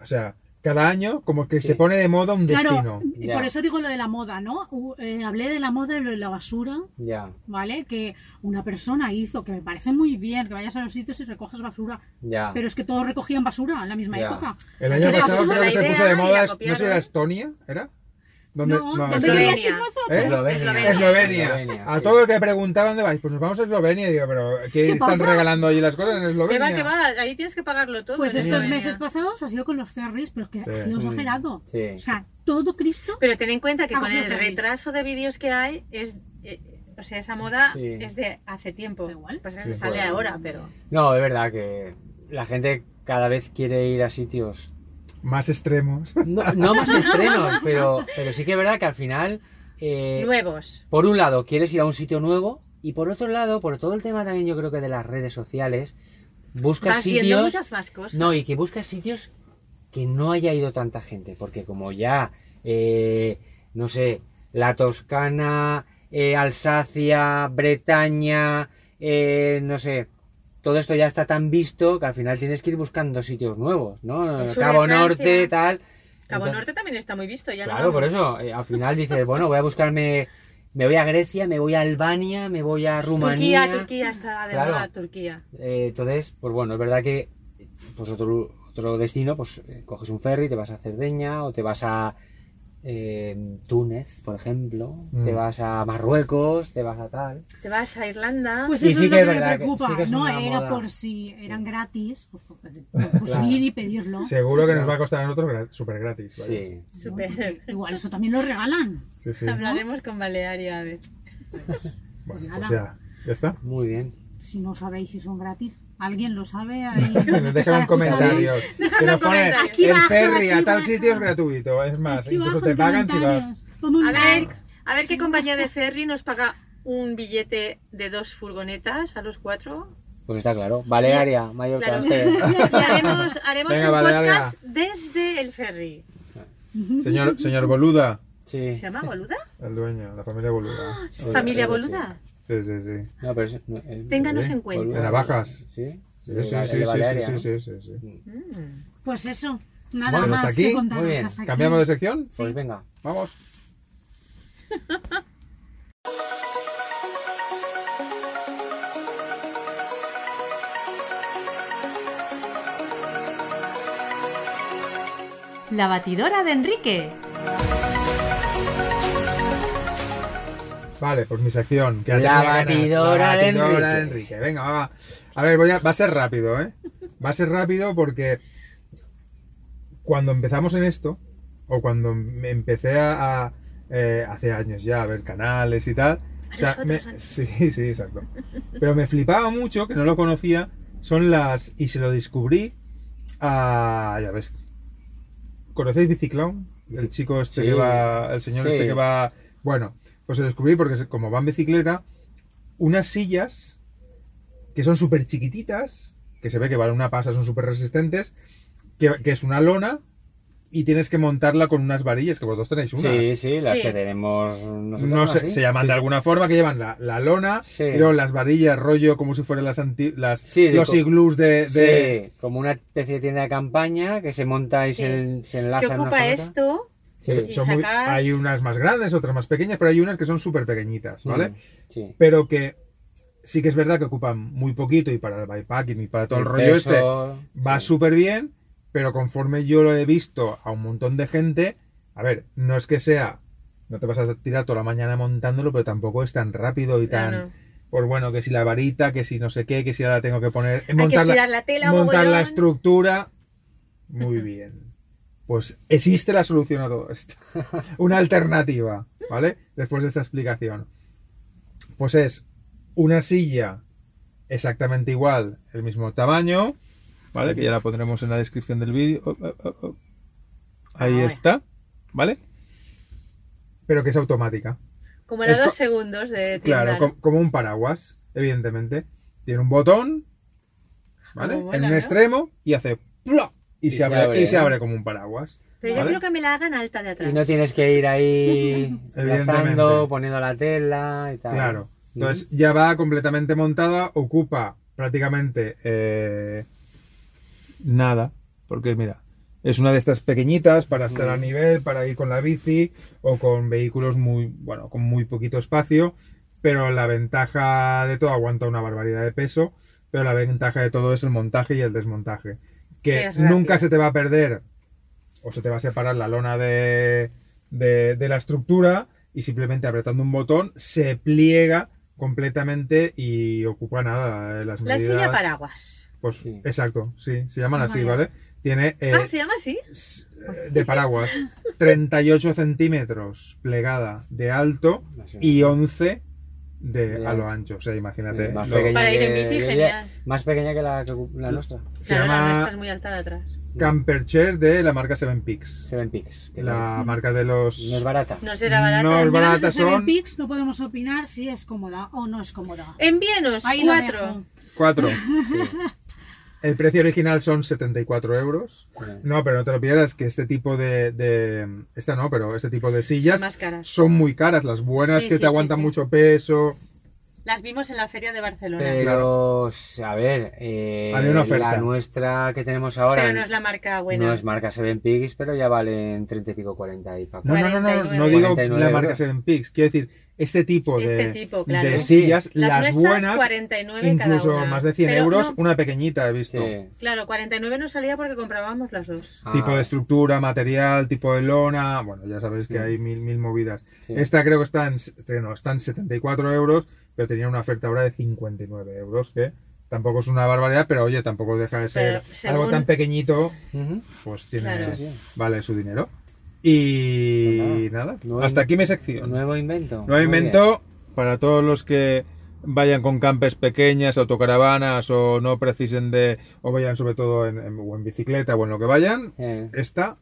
Speaker 2: o sea, cada año como que
Speaker 3: Sí.
Speaker 2: se pone de moda un
Speaker 4: Claro, eh,
Speaker 2: destino.
Speaker 3: Ya.
Speaker 4: por eso digo lo de la moda, ¿no? U- eh, hablé de la moda y lo de la basura,
Speaker 3: Ya,
Speaker 4: ¿vale? Que una persona hizo, que me parece muy bien, que vayas a los sitios y recojas basura.
Speaker 3: ya.
Speaker 4: Pero es que todos recogían basura en la misma
Speaker 3: Ah. Ya.
Speaker 4: época.
Speaker 2: El año
Speaker 1: Era
Speaker 2: pasado
Speaker 1: absurda
Speaker 2: creo que
Speaker 1: la
Speaker 2: se
Speaker 1: idea
Speaker 2: puso de
Speaker 1: y la
Speaker 2: moda, no sé,
Speaker 1: copiaron.
Speaker 2: era Estonia, ¿era? ¿Dónde-
Speaker 4: No,
Speaker 2: no,
Speaker 4: ¿dónde
Speaker 2: Estonia.
Speaker 1: Eslovenia.
Speaker 4: vais a ir vosotros?
Speaker 2: ¿Eh?
Speaker 3: Eslovenia.
Speaker 1: Eslovenia.
Speaker 2: Eslovenia.
Speaker 3: Eslovenia,
Speaker 2: A
Speaker 3: sí.
Speaker 2: todo el que preguntaban dónde vais, pues nos vamos a Eslovenia. Digo, pero ¿qué, están
Speaker 4: pasa?
Speaker 2: regalando allí las cosas en
Speaker 1: Que
Speaker 2: Eslovenia?
Speaker 1: va, que va, ahí tienes que pagarlo todo.
Speaker 4: Pues
Speaker 1: en
Speaker 4: estos
Speaker 1: Eslovenia.
Speaker 4: meses pasados ha sido con los ferries, pero es que ha
Speaker 2: Sí. Mm.
Speaker 4: sido exagerado.
Speaker 3: Sí.
Speaker 4: O sea, todo Cristo.
Speaker 1: Pero ten en cuenta que
Speaker 4: Ah,
Speaker 1: con
Speaker 4: no
Speaker 1: el
Speaker 4: sabéis.
Speaker 1: retraso de vídeos que hay, es, eh, o sea, esa moda
Speaker 3: Sí.
Speaker 1: es de hace tiempo.
Speaker 4: Da igual.
Speaker 1: Pues
Speaker 2: Sí,
Speaker 1: sale
Speaker 3: bueno.
Speaker 1: ahora, pero...
Speaker 3: No, es verdad que la gente cada vez quiere ir a sitios
Speaker 2: Más extremos.
Speaker 3: No, no más estrenos, pero, pero sí que es verdad que al final, eh,
Speaker 1: Nuevos.
Speaker 3: por un lado, quieres ir a un sitio nuevo y por otro lado, por todo el tema también yo creo que de las redes sociales, buscas
Speaker 1: Vas
Speaker 3: sitios...
Speaker 1: viendo muchas más cosas.
Speaker 3: No, y que buscas sitios que no haya ido tanta gente, porque como ya, eh, no sé, la Toscana, eh, Alsacia, Bretaña, eh, no sé, todo esto ya está tan visto que al final tienes que ir buscando sitios nuevos, ¿no?
Speaker 1: El sur de
Speaker 3: Cabo
Speaker 1: Francia.
Speaker 3: Norte, tal.
Speaker 1: Cabo
Speaker 3: Entonces-
Speaker 1: Norte también está muy visto, ya no
Speaker 3: Claro, por
Speaker 1: vamos.
Speaker 3: eso, eh, al final dices, bueno, voy a buscarme, me voy a Grecia, me voy a Albania, me voy a Rumanía.
Speaker 1: Turquía, Turquía está de
Speaker 3: Claro.
Speaker 1: moda, Turquía.
Speaker 3: Eh, entonces, pues bueno, es verdad que pues otro, otro destino, pues eh, coges un ferry, te vas a Cerdeña o te vas a eh, Túnez, por ejemplo,
Speaker 2: Mm.
Speaker 3: te vas a Marruecos, te vas a tal.
Speaker 1: Te vas a Irlanda.
Speaker 4: Pues
Speaker 3: Y
Speaker 4: eso
Speaker 3: sí
Speaker 4: es
Speaker 3: que
Speaker 4: lo que,
Speaker 3: es
Speaker 4: me
Speaker 3: verdad que
Speaker 4: preocupa.
Speaker 3: sí que es
Speaker 4: no
Speaker 3: una
Speaker 4: era
Speaker 3: moda.
Speaker 4: por si eran
Speaker 3: Sí.
Speaker 4: gratis, pues, pues, pues
Speaker 3: Claro.
Speaker 4: ir y pedirlo.
Speaker 2: Seguro que nos va a costar a nosotros súper gratis.
Speaker 3: Sí.
Speaker 1: Super.
Speaker 4: Igual eso también lo regalan.
Speaker 2: sí, sí.
Speaker 1: Hablaremos con Balearia, a ver.
Speaker 2: Bueno, pues ya, ya está.
Speaker 3: Muy bien.
Speaker 4: Si no sabéis si son gratis, alguien lo sabe. Ahí,
Speaker 2: Que nos dejan un comentario. Que nos
Speaker 1: un
Speaker 2: pone
Speaker 1: comentario.
Speaker 4: Aquí
Speaker 2: el
Speaker 4: bajo,
Speaker 2: ferry a
Speaker 4: aquí
Speaker 2: tal
Speaker 4: bajo.
Speaker 2: sitio es gratuito. Es más, incluso te pagan si vas.
Speaker 1: A ver, a ver qué compañía de ferry nos paga un billete de dos furgonetas a los cuatro.
Speaker 3: Pues está claro. Balearia, Mallorca,
Speaker 1: Claro.
Speaker 3: Esther.
Speaker 1: Y haremos, haremos
Speaker 2: Venga,
Speaker 1: un
Speaker 2: Balearia.
Speaker 1: podcast desde el ferry.
Speaker 2: Señor, señor Boluda,
Speaker 3: Sí.
Speaker 1: ¿Se llama Boluda?
Speaker 2: el dueño, la familia Boluda.
Speaker 1: ¿Familia
Speaker 3: sí.
Speaker 1: Boluda?
Speaker 2: Sí, sí, sí.
Speaker 3: No, pero es- no, eh,
Speaker 1: Ténganos
Speaker 2: Sí.
Speaker 1: en cuenta.
Speaker 2: De navajas.
Speaker 3: Sí.
Speaker 2: Sí,
Speaker 3: De
Speaker 2: sí,
Speaker 3: Ba-
Speaker 2: sí,
Speaker 3: de
Speaker 2: sí,
Speaker 3: Balearia,
Speaker 2: sí,
Speaker 3: ¿no?
Speaker 2: sí, sí, sí, sí.
Speaker 4: Pues eso, nada
Speaker 2: Bueno,
Speaker 4: más
Speaker 2: hasta aquí.
Speaker 4: que contaros.
Speaker 3: Muy bien.
Speaker 4: hasta aquí.
Speaker 2: ¿Cambiamos de sección?
Speaker 3: Pues venga.
Speaker 2: Vamos.
Speaker 5: La batidora de Enrique.
Speaker 2: Vale, pues mi sección. Que ya
Speaker 3: La
Speaker 2: tenía ganas.
Speaker 3: batidora de
Speaker 2: batidora
Speaker 3: Enrique.
Speaker 2: Enrique. Venga, va. A ver, voy a, va a ser rápido, ¿eh? Va a ser rápido porque cuando empezamos en esto, o cuando me empecé a, a, eh, hace años ya a ver canales y tal, o sea,
Speaker 1: los
Speaker 2: me-
Speaker 1: otros años.
Speaker 2: sí, sí, exacto. Pero me flipaba mucho, que no lo conocía, son las... Y se lo descubrí a... Ya ves. ¿Conocéis Biciclown? El chico este
Speaker 3: Sí.
Speaker 2: que va... El señor
Speaker 3: Sí.
Speaker 2: este que va... Bueno, pues lo descubrí porque se- como va en bicicleta, unas sillas que son súper chiquititas, que se ve que valen una pasa, son súper resistentes, que, que es una lona y tienes que montarla con unas varillas, que vosotros tenéis unas.
Speaker 3: Sí, sí, las
Speaker 1: Sí.
Speaker 3: que tenemos. No sé,
Speaker 2: No
Speaker 3: cómo,
Speaker 2: sé,
Speaker 3: ¿sí?
Speaker 2: se llaman de alguna forma, que llevan la, la lona,
Speaker 3: Sí.
Speaker 2: y luego las varillas, rollo como si fueran las, anti- las
Speaker 3: Sí, de
Speaker 2: los
Speaker 3: co-
Speaker 2: iglús de... de-
Speaker 3: Sí, como una especie de tienda de campaña que se monta y
Speaker 1: Sí.
Speaker 3: se, se
Speaker 1: ¿Qué
Speaker 3: enlaza. en una
Speaker 1: ocupa
Speaker 3: furgoneta.
Speaker 1: esto?
Speaker 3: Sí.
Speaker 1: Y
Speaker 2: eh, son muy-
Speaker 1: sacas-
Speaker 2: hay unas más grandes, otras más pequeñas, pero hay unas que son súper pequeñitas, ¿vale?
Speaker 3: Mm, Sí.
Speaker 2: Pero que sí que es verdad que ocupan muy poquito y para el bikepacking y para todo el, rollo
Speaker 3: peso,
Speaker 2: este va
Speaker 3: sí.
Speaker 2: súper bien, pero conforme yo lo he visto a un montón de gente, a ver, no es que sea, no te vas a tirar toda la mañana montándolo, pero tampoco es tan rápido y tan...
Speaker 1: Claro.
Speaker 2: Pues bueno, que si la varita, que si no sé qué, que si ahora tengo que poner...
Speaker 1: Hay que
Speaker 2: montar la-
Speaker 1: estirar la tela,
Speaker 2: montar la
Speaker 1: mogollón.
Speaker 2: estructura. Muy bien. Pues existe la solución a todo esto. Una alternativa, ¿vale? Después de esta explicación. Pues es una silla exactamente igual, el mismo tamaño, ¿vale? Que ya la pondremos en la descripción del vídeo. Oh, oh, oh, oh. Ahí
Speaker 1: Ah.
Speaker 2: está, ¿vale? Pero que es automática.
Speaker 1: Como los
Speaker 2: Esto-
Speaker 1: dos segundos de tienda.
Speaker 2: Claro, com- como un paraguas, evidentemente. Tiene un botón, ¿vale?
Speaker 1: Como
Speaker 2: en
Speaker 1: mola,
Speaker 2: un
Speaker 1: ¿no?
Speaker 2: extremo y hace ¡plop! Y, se, abre, ¿eh? y se
Speaker 3: ¿no?
Speaker 2: abre como un paraguas.
Speaker 1: Pero yo
Speaker 2: ¿vale?
Speaker 1: quiero que me la hagan alta de atrás.
Speaker 3: Y no tienes que ir ahí
Speaker 2: Evidentemente.
Speaker 3: lazando, poniendo la tela y tal.
Speaker 2: Claro. Entonces ya va completamente montada, ocupa prácticamente eh, nada, porque mira, es una de estas pequeñitas para estar a nivel, para ir con la bici o con vehículos muy, bueno, con muy poquito espacio, pero la ventaja de todo, aguanta una barbaridad de peso, pero la ventaja de todo es el montaje y el desmontaje,
Speaker 1: Que
Speaker 2: que
Speaker 1: es rápido.
Speaker 2: nunca se te va a perder o se te va a separar la lona de, de- de la estructura y simplemente apretando un botón se pliega completamente y ocupa nada eh, las
Speaker 1: La
Speaker 2: medidas.
Speaker 1: silla paraguas.
Speaker 2: Pues
Speaker 3: Sí.
Speaker 2: exacto, sí, se llaman así,
Speaker 4: Vale.
Speaker 2: ¿vale? Tiene eh,
Speaker 1: ah, ¿se llama así?
Speaker 2: s- eh, de paraguas 38 centímetros plegada de alto y 11 de a lo ancho, o sea, imagínate.
Speaker 3: Mm. Más
Speaker 2: lo-
Speaker 3: pequeña
Speaker 1: Para ir en
Speaker 3: que-
Speaker 1: bici,
Speaker 3: yo diría,
Speaker 1: genial.
Speaker 3: Más pequeña que la, que ocu- la nuestra.
Speaker 2: se
Speaker 1: Claro, la
Speaker 2: llama
Speaker 1: nuestra es muy alta de atrás.
Speaker 3: Mm.
Speaker 2: Camper Chair de la marca Seven Peaks,
Speaker 3: Seven Peaks. que no
Speaker 2: la marca de los
Speaker 3: es- No es barata.
Speaker 1: No será barata.
Speaker 2: No,
Speaker 4: Al menos
Speaker 2: baratas
Speaker 4: en Seven
Speaker 2: son-
Speaker 4: Peaks no podemos opinar si es cómoda o no es cómoda.
Speaker 1: Envíenos
Speaker 4: Ahí lo dejo.
Speaker 1: cuatro.
Speaker 2: Cuatro. El precio original son 74 euros.
Speaker 3: Vale.
Speaker 2: No, pero no te lo pierdas, que este tipo de, de- Esta no, pero este tipo de sillas
Speaker 1: Son más caras.
Speaker 2: son muy caras. Las buenas
Speaker 1: Sí,
Speaker 2: que
Speaker 1: sí,
Speaker 2: te
Speaker 1: sí,
Speaker 2: aguantan
Speaker 1: sí.
Speaker 2: mucho peso.
Speaker 1: Las vimos en la feria de Barcelona.
Speaker 3: Eh,
Speaker 1: Pero,
Speaker 3: Pero, a ver, eh,
Speaker 2: Había una oferta.
Speaker 3: la nuestra que tenemos ahora
Speaker 1: no es la marca buena.
Speaker 3: no es marca Seven Peaks, pero ya valen 30 y pico, 40 y pa'
Speaker 2: No, no, no, no, no,
Speaker 1: 49.
Speaker 2: digo
Speaker 3: 49
Speaker 2: la marca
Speaker 3: euros.
Speaker 2: Seven Peaks. Quiero decir, este tipo de,
Speaker 1: Este tipo, claro.
Speaker 2: de
Speaker 3: Sí.
Speaker 2: sillas,
Speaker 1: Las
Speaker 2: las,
Speaker 1: nuestras,
Speaker 2: buenas,
Speaker 1: 49 cada
Speaker 2: incluso
Speaker 1: una.
Speaker 2: más de 100
Speaker 1: Pero
Speaker 2: euros,
Speaker 1: no-
Speaker 2: una pequeñita he visto.
Speaker 3: Sí.
Speaker 1: Claro, 49 no salía porque comprábamos las dos.
Speaker 3: Ah,
Speaker 2: Tipo de estructura, material, tipo de lona, bueno, ya sabéis que
Speaker 3: Sí.
Speaker 2: hay mil, mil movidas.
Speaker 3: Sí.
Speaker 2: Esta creo que está en, este no, está en 74 euros, pero tenía una oferta ahora de 59 euros, que tampoco es una barbaridad, pero oye, tampoco deja de ser
Speaker 1: Pero según-
Speaker 2: algo tan pequeñito,
Speaker 3: Ujú.
Speaker 2: pues tiene,
Speaker 1: Claro.
Speaker 3: Sí, sí.
Speaker 2: vale su dinero. Y
Speaker 3: Pues
Speaker 2: nada,
Speaker 3: Nuevo-
Speaker 2: hasta aquí mi sección.
Speaker 3: Nuevo invento.
Speaker 2: Nuevo
Speaker 3: Muy
Speaker 2: invento para todos los que vayan con campers pequeñas, autocaravanas o no precisen de, o vayan sobre todo en, en- o en bicicleta o en lo que vayan,
Speaker 3: bien. Eh,
Speaker 2: esta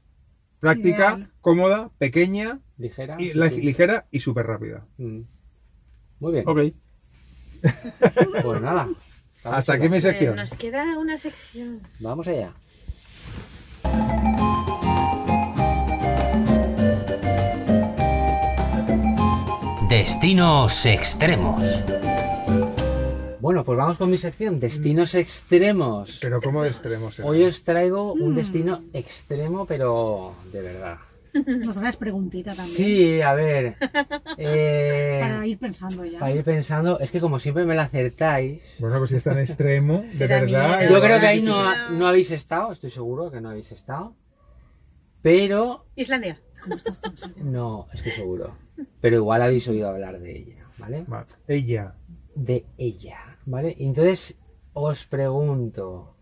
Speaker 2: práctica,
Speaker 4: Ideal.
Speaker 2: cómoda, pequeña,
Speaker 3: ligera.
Speaker 2: y,
Speaker 3: Ah, sí,
Speaker 2: la-
Speaker 3: sí.
Speaker 2: ligera y súper rápida.
Speaker 3: Mm. Muy bien.
Speaker 2: Ok,
Speaker 3: Pues nada. estamos
Speaker 2: hasta aquí
Speaker 3: allá.
Speaker 2: mi
Speaker 1: Pero
Speaker 2: sección.
Speaker 1: nos queda una sección.
Speaker 3: Vamos allá.
Speaker 6: Destinos extremos.
Speaker 3: Bueno, pues vamos con mi sección, destinos extremos.
Speaker 2: Mm. Pero Mm. como de extremos.
Speaker 3: Hoy os traigo un destino extremo, pero de verdad.
Speaker 4: Nos traes preguntita también.
Speaker 3: Sí, a ver. eh,
Speaker 4: Para ir pensando ya.
Speaker 3: para ir pensando, es que como siempre me la acertáis.
Speaker 2: Bueno, pues si es tan extremo, de
Speaker 1: Te da
Speaker 2: verdad.
Speaker 1: miedo.
Speaker 3: Yo creo que ahí no,
Speaker 1: Bueno,
Speaker 3: ha- no habéis estado, estoy seguro que no habéis estado. Pero
Speaker 1: Islandia.
Speaker 3: no, estoy seguro. Pero igual habéis oído hablar de ella, ¿vale?
Speaker 2: Va, Ella.
Speaker 3: de ella, ¿vale? Y Entonces os pregunto,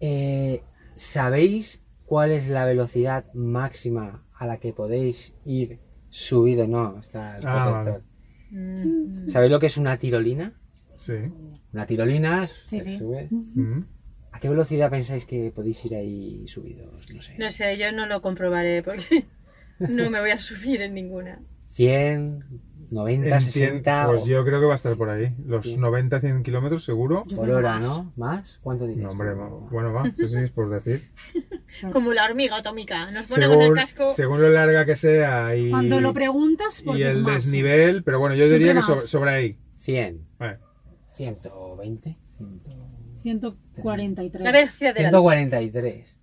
Speaker 3: eh, ¿sabéis cuál es la velocidad máxima a la que podéis ir subido? No, está el
Speaker 2: Ah,
Speaker 3: protector.
Speaker 1: Mm.
Speaker 3: ¿Sabéis lo que es una tirolina?
Speaker 2: Sí.
Speaker 3: Una tirolina es-
Speaker 4: Sí,
Speaker 3: se
Speaker 4: sí.
Speaker 3: sube.
Speaker 2: Mm.
Speaker 3: ¿A qué velocidad pensáis que podéis ir ahí subidos? No sé.
Speaker 1: No sé, yo no lo comprobaré porque no me voy a subir en ninguna.
Speaker 3: 100, 90,
Speaker 2: Entien-
Speaker 3: 60
Speaker 2: Pues
Speaker 3: o-
Speaker 2: yo creo que va a estar por ahí. Los 90, 100 kilómetros seguro.
Speaker 4: Yo
Speaker 3: por
Speaker 4: creo
Speaker 3: hora,
Speaker 4: más.
Speaker 3: ¿no? ¿Más? ¿Cuánto dirías?
Speaker 2: No, hombre,
Speaker 3: tú?
Speaker 2: va- bueno, va, sí, sí, es por decir.
Speaker 1: Como la hormiga atómica. Nos pone con el
Speaker 2: Según,
Speaker 1: casco.
Speaker 2: según lo larga que sea y,
Speaker 4: Cuando lo preguntas,
Speaker 2: y
Speaker 4: porque es
Speaker 2: el
Speaker 4: más.
Speaker 2: desnivel, pero bueno, yo
Speaker 4: Siempre
Speaker 2: diría que
Speaker 4: más.
Speaker 2: sobre, sobre ahí.
Speaker 3: 100,
Speaker 2: Vale.
Speaker 3: 120, 100.
Speaker 4: 143.
Speaker 1: La vez hacia adelante.
Speaker 3: 143.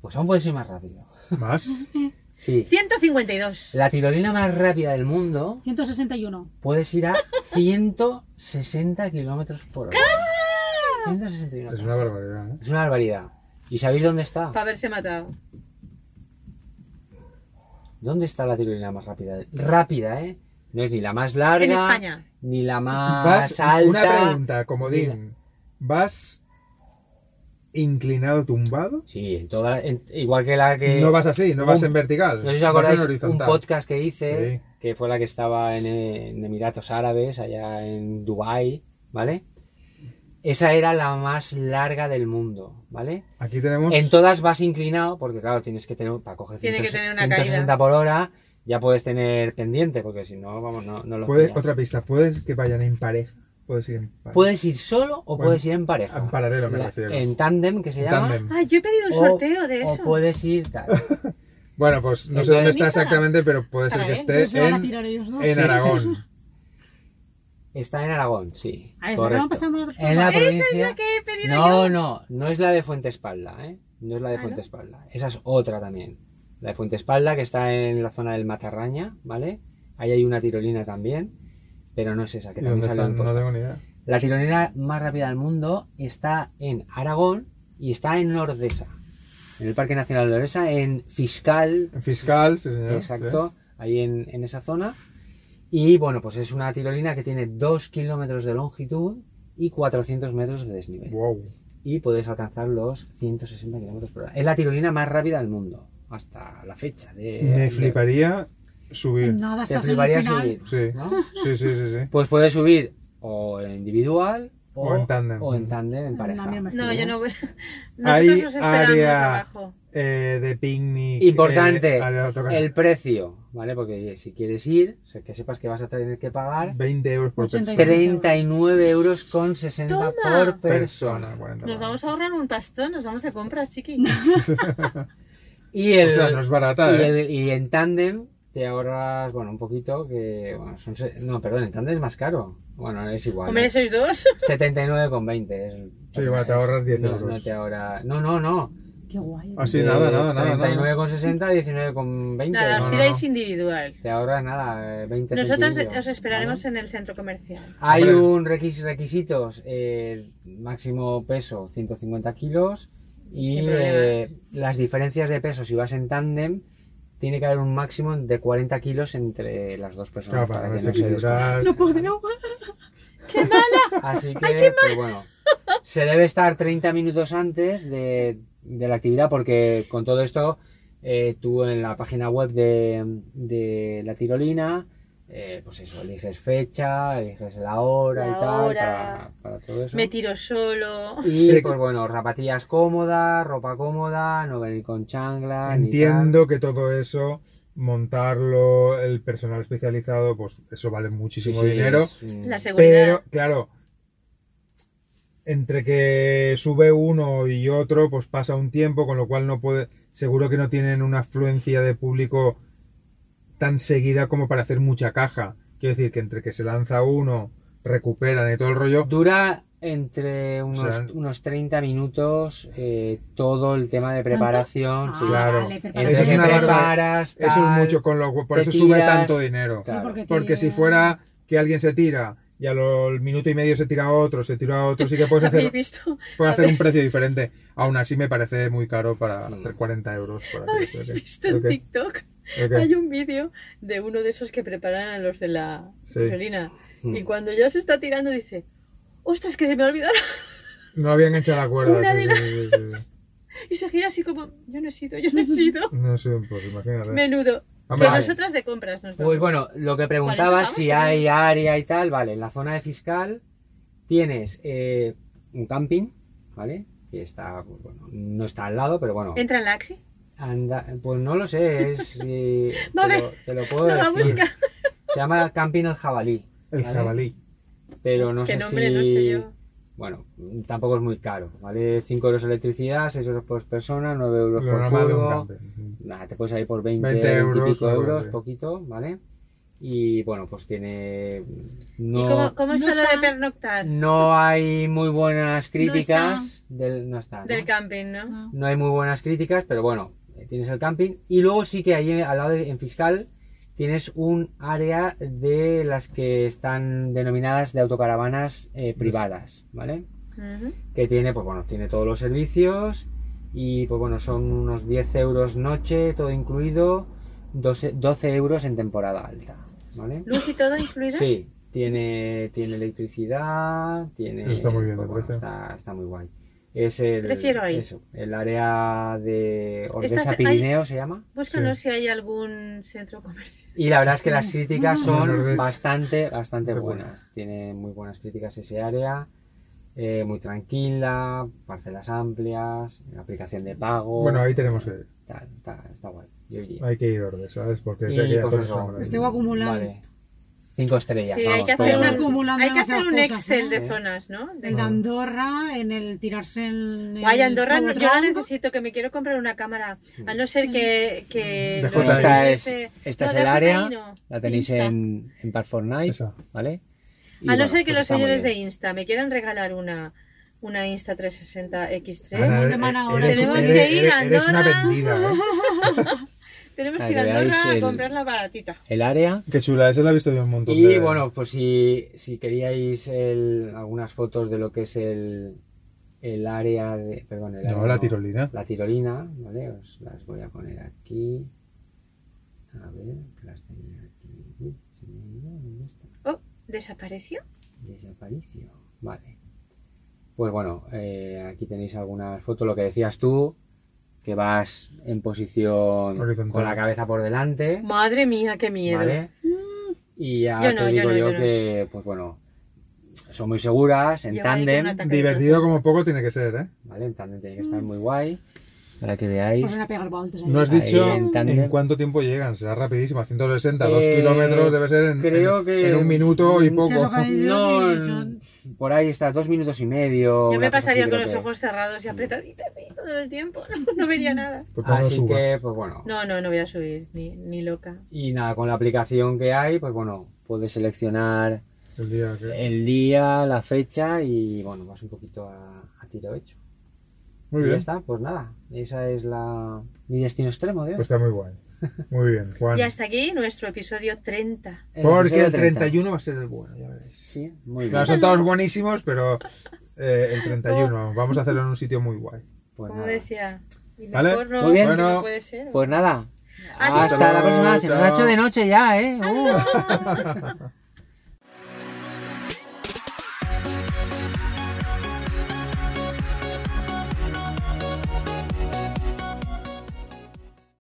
Speaker 3: Pues aún puedes ir más rápido.
Speaker 2: Más.
Speaker 3: Sí.
Speaker 1: 152.
Speaker 3: La tirolina más rápida del mundo
Speaker 4: 161.
Speaker 3: puedes ir a 160 kilómetros por hora. 161.
Speaker 2: Es una barbaridad. ¿eh?
Speaker 3: Es una barbaridad. ¿Y sabéis dónde está?
Speaker 1: Para haberse matado.
Speaker 3: ¿Dónde está la tirolina más rápida? Rápida, ¿eh? No es ni la más larga.
Speaker 1: En España.
Speaker 3: Ni la más
Speaker 2: Vas,
Speaker 3: alta.
Speaker 2: una pregunta, comodín.
Speaker 3: Mira.
Speaker 2: ¿Vas inclinado, tumbado?
Speaker 3: Sí, en toda, en- igual que la que.
Speaker 2: no vas así, no vas
Speaker 3: Eh, un-
Speaker 2: en vertical.
Speaker 3: No sé si os
Speaker 2: vas
Speaker 3: acordáis
Speaker 2: en
Speaker 3: un
Speaker 2: horizontal.
Speaker 3: podcast que hice,
Speaker 2: Sí.
Speaker 3: que fue la que estaba en, eh, en Emiratos Árabes, allá en Dubai, ¿vale? Esa era la más larga del mundo, ¿vale?
Speaker 2: Aquí tenemos.
Speaker 3: En todas vas inclinado, porque claro, tienes que tener, para coger
Speaker 1: Tiene que
Speaker 3: 100,
Speaker 1: tener una
Speaker 3: 160
Speaker 1: caída.
Speaker 3: por hora, ya puedes tener pendiente, porque si no, vamos, no, no lo
Speaker 2: puede-
Speaker 3: pillas.
Speaker 2: otra pista, puedes que vayan en pareja. Puedes ir en pareja.
Speaker 3: Puedes ir solo o
Speaker 2: Bueno,
Speaker 3: puedes ir en pareja.
Speaker 2: en paralelo me
Speaker 3: La-
Speaker 2: refiero.
Speaker 3: En tándem, que se
Speaker 2: En
Speaker 3: llama.
Speaker 2: tándem.
Speaker 1: Ah, yo he pedido un
Speaker 3: o-
Speaker 1: sorteo de
Speaker 3: o
Speaker 1: eso.
Speaker 3: puedes ir tal.
Speaker 2: Bueno, pues no
Speaker 3: Entonces-
Speaker 2: sé dónde está
Speaker 4: Instagram.
Speaker 2: exactamente, pero puede ser
Speaker 1: Para
Speaker 2: que
Speaker 1: ver,
Speaker 4: Entonces
Speaker 2: esté
Speaker 4: se van a
Speaker 2: en,
Speaker 4: tirar ellos dos.
Speaker 2: en Aragón.
Speaker 3: Está en Aragón, sí.
Speaker 1: Ah,
Speaker 4: A ver,
Speaker 3: correcto.
Speaker 4: vamos a pasar nosotros por
Speaker 3: En la
Speaker 4: Aragón.
Speaker 1: Esa es
Speaker 3: provincia-
Speaker 1: la que he pedido
Speaker 3: No,
Speaker 1: yo.
Speaker 3: no, no es la de Fuente Espalda, ¿eh? No es la de
Speaker 1: ¿no?
Speaker 3: Fuente Espalda. Esa es otra también. La de Fuente Espalda, que está en la zona del Matarraña, ¿vale? Ahí hay una tirolina también, pero no es esa, que
Speaker 2: ¿Y
Speaker 3: también
Speaker 2: dónde
Speaker 3: sale
Speaker 2: están?
Speaker 3: en
Speaker 2: No
Speaker 3: podcast.
Speaker 2: tengo ni idea.
Speaker 3: La tirolina más rápida del mundo está en Aragón y está en Nordesa. En el Parque Nacional de Nordesa, en Fiscal,
Speaker 2: En fiscal, sí, señor.
Speaker 3: Exacto, ahí en, en esa zona. Y bueno, pues es una tirolina que tiene 2 kilómetros de longitud y 400 metros de
Speaker 2: Sí.
Speaker 3: desnivel.
Speaker 2: Eh, Wow.
Speaker 3: Y puedes alcanzar los 160 kilómetros por hora. Es la tirolina más rápida del mundo, hasta la fecha. De,
Speaker 2: Me
Speaker 3: de-
Speaker 2: fliparía subir.
Speaker 4: Nada,
Speaker 3: Te
Speaker 4: estás en
Speaker 3: fliparía
Speaker 4: el final.
Speaker 3: subir,
Speaker 2: Sí.
Speaker 3: ¿no?
Speaker 2: Sí, sí, sí, sí.
Speaker 3: Pues puedes subir o en individual o,
Speaker 2: O en tándem.
Speaker 3: o en tándem, en pareja.
Speaker 4: También me
Speaker 1: No, yo no voy. Nosotros
Speaker 2: Hay
Speaker 1: nos esperamos
Speaker 2: área-
Speaker 1: abajo.
Speaker 2: Eh, de picnic.
Speaker 3: Importante,
Speaker 2: eh, área de autocar-
Speaker 3: el precio, ¿vale? Porque si quieres ir, se- que sepas que vas a tener que pagar
Speaker 2: 20 euros por
Speaker 4: 80 y-
Speaker 2: persona.
Speaker 3: 39 euros con 60
Speaker 1: Toma.
Speaker 3: por persona.
Speaker 2: 40
Speaker 1: Nos vamos a ahorrar un pastón, nos vamos de compras, chiqui.
Speaker 3: Y, el,
Speaker 2: Ostras, no es barata,
Speaker 3: y,
Speaker 2: ¿eh?
Speaker 3: el- y en tándem te ahorras, bueno, un poquito, que... Bueno, son se- no, perdón, en tándem es más caro. Bueno, es igual.
Speaker 1: Hombre,
Speaker 3: ¿eh?
Speaker 1: sois dos.
Speaker 3: 79,20. es-
Speaker 2: Sí, bueno, te ahorras 10
Speaker 3: no,
Speaker 2: euros.
Speaker 3: No, te ahorra... no, no, no.
Speaker 4: Qué guay.
Speaker 2: Así,
Speaker 3: De
Speaker 2: nada, nada, nada. nada.
Speaker 3: 39,60, 19,20. No,
Speaker 1: Nada, os
Speaker 3: no,
Speaker 1: tiráis
Speaker 3: no.
Speaker 1: individual.
Speaker 3: Te ahorras nada, eh, 20
Speaker 1: Nosotros de-
Speaker 3: centillos,
Speaker 1: os esperaremos
Speaker 3: ¿vale?
Speaker 1: en el centro comercial.
Speaker 3: Hay
Speaker 2: Hombre.
Speaker 3: un requis, requisitos, eh, máximo peso 150 kilos y
Speaker 1: Sin problemas.
Speaker 3: eh, las diferencias de peso si vas en tándem tiene que haber un máximo de 40 kilos entre las dos personas
Speaker 2: Claro,
Speaker 3: para
Speaker 2: Ah, para
Speaker 3: que no se
Speaker 2: desequilibrar.
Speaker 4: No podemos.
Speaker 3: desconozca. Así que, pues bueno, se debe estar 30 minutos antes de, de la actividad porque con todo esto eh, tú en la página web de, de la tirolina eh, pues eso, eliges fecha, eliges la hora
Speaker 1: La
Speaker 3: y tal
Speaker 1: hora.
Speaker 3: para- para todo eso.
Speaker 1: Me tiro solo.
Speaker 3: Y
Speaker 2: Sí.
Speaker 3: pues bueno, zapatillas cómodas, ropa cómoda, no venir con changlas. ni
Speaker 2: Entiendo que todo eso, montarlo, el personal especializado, pues eso vale
Speaker 3: tal. Sí,
Speaker 2: muchísimo
Speaker 3: sí,
Speaker 2: dinero.
Speaker 3: es un-
Speaker 1: La seguridad.
Speaker 2: Pero, claro, entre que sube uno y otro, pues pasa un tiempo, con lo cual no puede. Seguro que no tienen una afluencia de público tan seguida como para hacer mucha caja. Quiero decir que entre que se lanza uno, recuperan y todo el rollo.
Speaker 3: Dura entre unos,
Speaker 2: sea,
Speaker 3: unos 30 minutos eh, todo el tema de preparación. sí.
Speaker 1: Ah.
Speaker 2: Claro.
Speaker 4: Ah, Vale, prepárate.
Speaker 3: Entre
Speaker 2: Eso es
Speaker 3: que
Speaker 2: una barbaridad.
Speaker 3: preparas,
Speaker 2: Eso es
Speaker 3: tal,
Speaker 2: mucho con lo por
Speaker 3: te
Speaker 2: eso sube
Speaker 3: tiras.
Speaker 2: tanto dinero.
Speaker 3: Claro.
Speaker 4: te-
Speaker 2: Porque si fuera que alguien se tira y al minuto y medio se tira otro, se tira otro, sí que puedes
Speaker 1: ¿Habéis
Speaker 2: hacer,
Speaker 1: visto?
Speaker 2: puedes hacer un precio diferente. Aún así me parece muy caro para
Speaker 3: Mm.
Speaker 2: hacer 40 euros. Por hacer eso.
Speaker 1: ¿Habéis visto en
Speaker 2: Ok,
Speaker 1: TikTok?
Speaker 2: ok.
Speaker 1: Hay un vídeo de uno de esos que preparan a los de la
Speaker 2: Sí.
Speaker 1: gasolina.
Speaker 3: Mm.
Speaker 1: Y cuando ya se está tirando dice, ostras, que se me ha olvidado.
Speaker 2: No habían hecho la cuerda.
Speaker 1: Una
Speaker 2: sí,
Speaker 1: de
Speaker 2: sí,
Speaker 1: las-
Speaker 2: sí, sí, sí.
Speaker 1: Y se gira así como, yo no he sido, yo no he sido.
Speaker 2: No sé, pues imagínate.
Speaker 1: Menudo.
Speaker 2: Hombre,
Speaker 1: Que
Speaker 3: Vale.
Speaker 1: nosotras de compras nos vamos.
Speaker 3: Pues bueno, lo que preguntabas, si
Speaker 1: Cuarenta,
Speaker 3: hay área y tal, vale, en la zona de fiscal tienes eh, un camping, ¿vale? Que está, pues, bueno, no está al lado, pero bueno,
Speaker 1: Entra en la axi.
Speaker 3: Anda, pues no lo sé, es, eh,
Speaker 1: Vale,
Speaker 3: te, lo, te lo puedo
Speaker 1: Lo va a
Speaker 3: decir.
Speaker 1: buscar.
Speaker 3: Se llama Camping el Jabalí.
Speaker 2: El
Speaker 3: ¿vale?
Speaker 2: jabalí.
Speaker 3: Pero no
Speaker 1: Qué
Speaker 3: sé
Speaker 1: nombre,
Speaker 3: si...
Speaker 1: no sé yo.
Speaker 3: Bueno, tampoco es muy caro, ¿vale? 5 euros electricidad, 6 euros por persona, 9
Speaker 2: Lo
Speaker 3: euros por
Speaker 2: normal de un
Speaker 3: fuego.
Speaker 2: camping.
Speaker 3: Nada, te puedes salir por 20,
Speaker 2: 20
Speaker 3: 20
Speaker 2: euros,
Speaker 3: y pico
Speaker 2: una cosa
Speaker 3: euros,
Speaker 2: así.
Speaker 3: poquito, ¿vale? Y bueno, pues tiene... No...
Speaker 1: ¿Y cómo, cómo
Speaker 4: No
Speaker 1: está, lo
Speaker 4: está-
Speaker 1: de pernoctar?
Speaker 3: No hay muy buenas críticas del no está, ¿no?
Speaker 1: Del camping, ¿no?
Speaker 4: No.
Speaker 3: No hay muy buenas críticas, pero bueno, eh, tienes el camping y luego sí que ahí al lado de- en fiscal tienes un área de las que están denominadas de autocaravanas eh, privadas, ¿vale?
Speaker 1: Ujú.
Speaker 3: Que tiene, pues bueno, tiene todos los servicios y pues bueno, son unos 10 euros noche, todo incluido, 12, 12 euros en temporada alta, ¿vale?
Speaker 1: Luz y todo incluida.
Speaker 3: Sí, tiene, tiene electricidad, tiene... pues
Speaker 2: Eso está muy bien, me
Speaker 3: bueno,
Speaker 2: parece.
Speaker 3: está, está muy guay. Es el,
Speaker 1: Prefiero ahí.
Speaker 3: eso, el área de
Speaker 1: Esta-
Speaker 3: Ordesa
Speaker 1: hay-
Speaker 3: Pirineo se llama.
Speaker 1: Búscanos si hay algún centro comercial.
Speaker 3: Y la verdad es que
Speaker 1: Mm.
Speaker 3: las críticas
Speaker 2: Bueno,
Speaker 3: son
Speaker 2: Ordesa.
Speaker 3: bastante, bastante
Speaker 2: Bastante
Speaker 3: buenas. Tiene muy buenas críticas ese área. eh, muy tranquila, parcelas amplias, aplicación de pago.
Speaker 2: Bueno, ahí tenemos que
Speaker 3: Tal, tal, está guay. Yo iría.
Speaker 2: Hay que ir orden, ¿sabes? Porque
Speaker 3: Y,
Speaker 2: sé que
Speaker 3: pues,
Speaker 2: todos
Speaker 3: eso.
Speaker 2: somos-
Speaker 4: Estoy acumulando.
Speaker 3: Vale. Cinco estrellas.
Speaker 1: Sí, hay
Speaker 3: vamos,
Speaker 1: que
Speaker 3: todo.
Speaker 1: hacer,
Speaker 4: Estás
Speaker 1: un,
Speaker 4: acumulando
Speaker 1: hay que hacer un
Speaker 4: demasiadas cosas,
Speaker 1: Excel
Speaker 4: ¿no?
Speaker 1: de zonas, ¿no? De-
Speaker 4: El de Andorra, en el tirarse en. el pues
Speaker 1: Guay, Andorra, no- yo no
Speaker 4: tobogán.
Speaker 1: necesito, que me quiero comprar una cámara. A no ser que. que
Speaker 2: De
Speaker 1: no,
Speaker 2: JI.
Speaker 3: Esta es,
Speaker 1: ese-
Speaker 3: esta
Speaker 1: no,
Speaker 3: es
Speaker 1: de
Speaker 3: el
Speaker 1: JI
Speaker 3: área,
Speaker 1: no,
Speaker 3: la tenéis
Speaker 1: Insta.
Speaker 3: en, en Par Fortnite,
Speaker 2: Esa.
Speaker 3: ¿vale? Y
Speaker 1: A no
Speaker 3: bueno,
Speaker 1: ser que
Speaker 3: pues
Speaker 1: los
Speaker 3: está muy
Speaker 1: señores de
Speaker 3: bien.
Speaker 1: Insta me quieran regalar una, una Insta 360 X3,
Speaker 2: Ana,
Speaker 4: Nos llaman ahora.
Speaker 2: eres-
Speaker 1: Tenemos
Speaker 2: eres-
Speaker 1: que ir a
Speaker 2: eres una
Speaker 1: Andorra.
Speaker 2: vendida, ¿eh?
Speaker 1: tenemos
Speaker 3: para
Speaker 1: que ir a
Speaker 3: que veáis
Speaker 1: Andorra
Speaker 3: el-
Speaker 1: a comprarla baratita.
Speaker 3: El área.
Speaker 2: Qué chula, esa la he visto yo un montón de
Speaker 3: Y bueno, pues si, si queríais el- algunas fotos de lo que es el, el área de. Perdón, el área
Speaker 2: No, la
Speaker 3: no,
Speaker 2: tirolina.
Speaker 3: La tirolina, ¿vale? Os las voy a poner aquí. A ver, que las tenía aquí. Uy, se me ha ido, ¿dónde está?
Speaker 1: Oh, ¿desapareció?
Speaker 3: Desaparicio. Vale. Pues bueno, eh, aquí tenéis algunas fotos, lo que decías tú, que vas en posición
Speaker 2: Horizontal.
Speaker 3: con la cabeza por delante.
Speaker 1: Madre mía, qué miedo. Mm.
Speaker 3: ¿vale? Y ya
Speaker 1: Yo no,
Speaker 3: te
Speaker 1: yo
Speaker 3: digo
Speaker 1: no,
Speaker 3: yo,
Speaker 1: yo no.
Speaker 3: que, pues bueno, son muy seguras, en
Speaker 1: Yo voy con
Speaker 3: tándem,
Speaker 1: una ta-
Speaker 2: Divertido como poco tiene que ser, ¿eh?
Speaker 3: ¿vale? En tándem tiene que estar muy guay, para que veáis.
Speaker 4: Pues en la pegar voltas ahí.
Speaker 2: No has
Speaker 3: Ahí
Speaker 2: dicho
Speaker 3: en
Speaker 2: en,
Speaker 3: tándem.
Speaker 2: cuánto tiempo llegan, será rapidísimo, a 160, 2
Speaker 3: Eh,
Speaker 2: kilómetros debe ser en,
Speaker 3: creo
Speaker 2: en-
Speaker 3: que-
Speaker 2: en un minuto
Speaker 3: Mm,
Speaker 2: y
Speaker 4: Que lo
Speaker 2: poco.
Speaker 4: que hay de-
Speaker 3: No,
Speaker 4: de- son-
Speaker 3: por ahí está, dos minutos y medio.
Speaker 1: Yo
Speaker 3: una
Speaker 1: me
Speaker 3: cosa así
Speaker 1: pasaría con
Speaker 3: creo
Speaker 1: los
Speaker 3: que
Speaker 1: ojos
Speaker 3: es.
Speaker 1: cerrados y apretaditos así todo el tiempo. No, no vería nada.
Speaker 2: Pues pongo
Speaker 3: Así
Speaker 2: suba.
Speaker 3: que, pues bueno.
Speaker 1: No, no, no voy a subir, ni, ni loca.
Speaker 3: Y nada, con la aplicación que hay, pues bueno, puedes seleccionar
Speaker 2: El día que-
Speaker 3: el día, la fecha y bueno, vas un poquito a, a tiro hecho.
Speaker 2: Muy
Speaker 3: y ya
Speaker 2: bien,
Speaker 3: está, pues nada, esa es la mi destino extremo de hoy.
Speaker 2: pues está muy guay. Muy bien, Juan.
Speaker 1: Y hasta aquí nuestro episodio 30.
Speaker 3: El Eh,
Speaker 2: Porque
Speaker 3: episodio
Speaker 2: el
Speaker 3: 30.
Speaker 2: 31 va a ser el bueno, ya veréis.
Speaker 3: Sí, muy bien.
Speaker 2: No, son todos buenísimos, pero eh, el 31 vamos a hacerlo en un sitio muy guay.
Speaker 3: Pues
Speaker 1: Como
Speaker 3: nada,
Speaker 1: decía, y
Speaker 2: Vale.
Speaker 1: mejor no,
Speaker 3: Muy bien.
Speaker 1: porque no
Speaker 2: Bueno.
Speaker 1: puede ser.
Speaker 3: Pues nada,
Speaker 1: Adiós.
Speaker 3: hasta la próxima, se nos ha
Speaker 2: Chao.
Speaker 3: hecho de noche ya, ¿eh? Uh.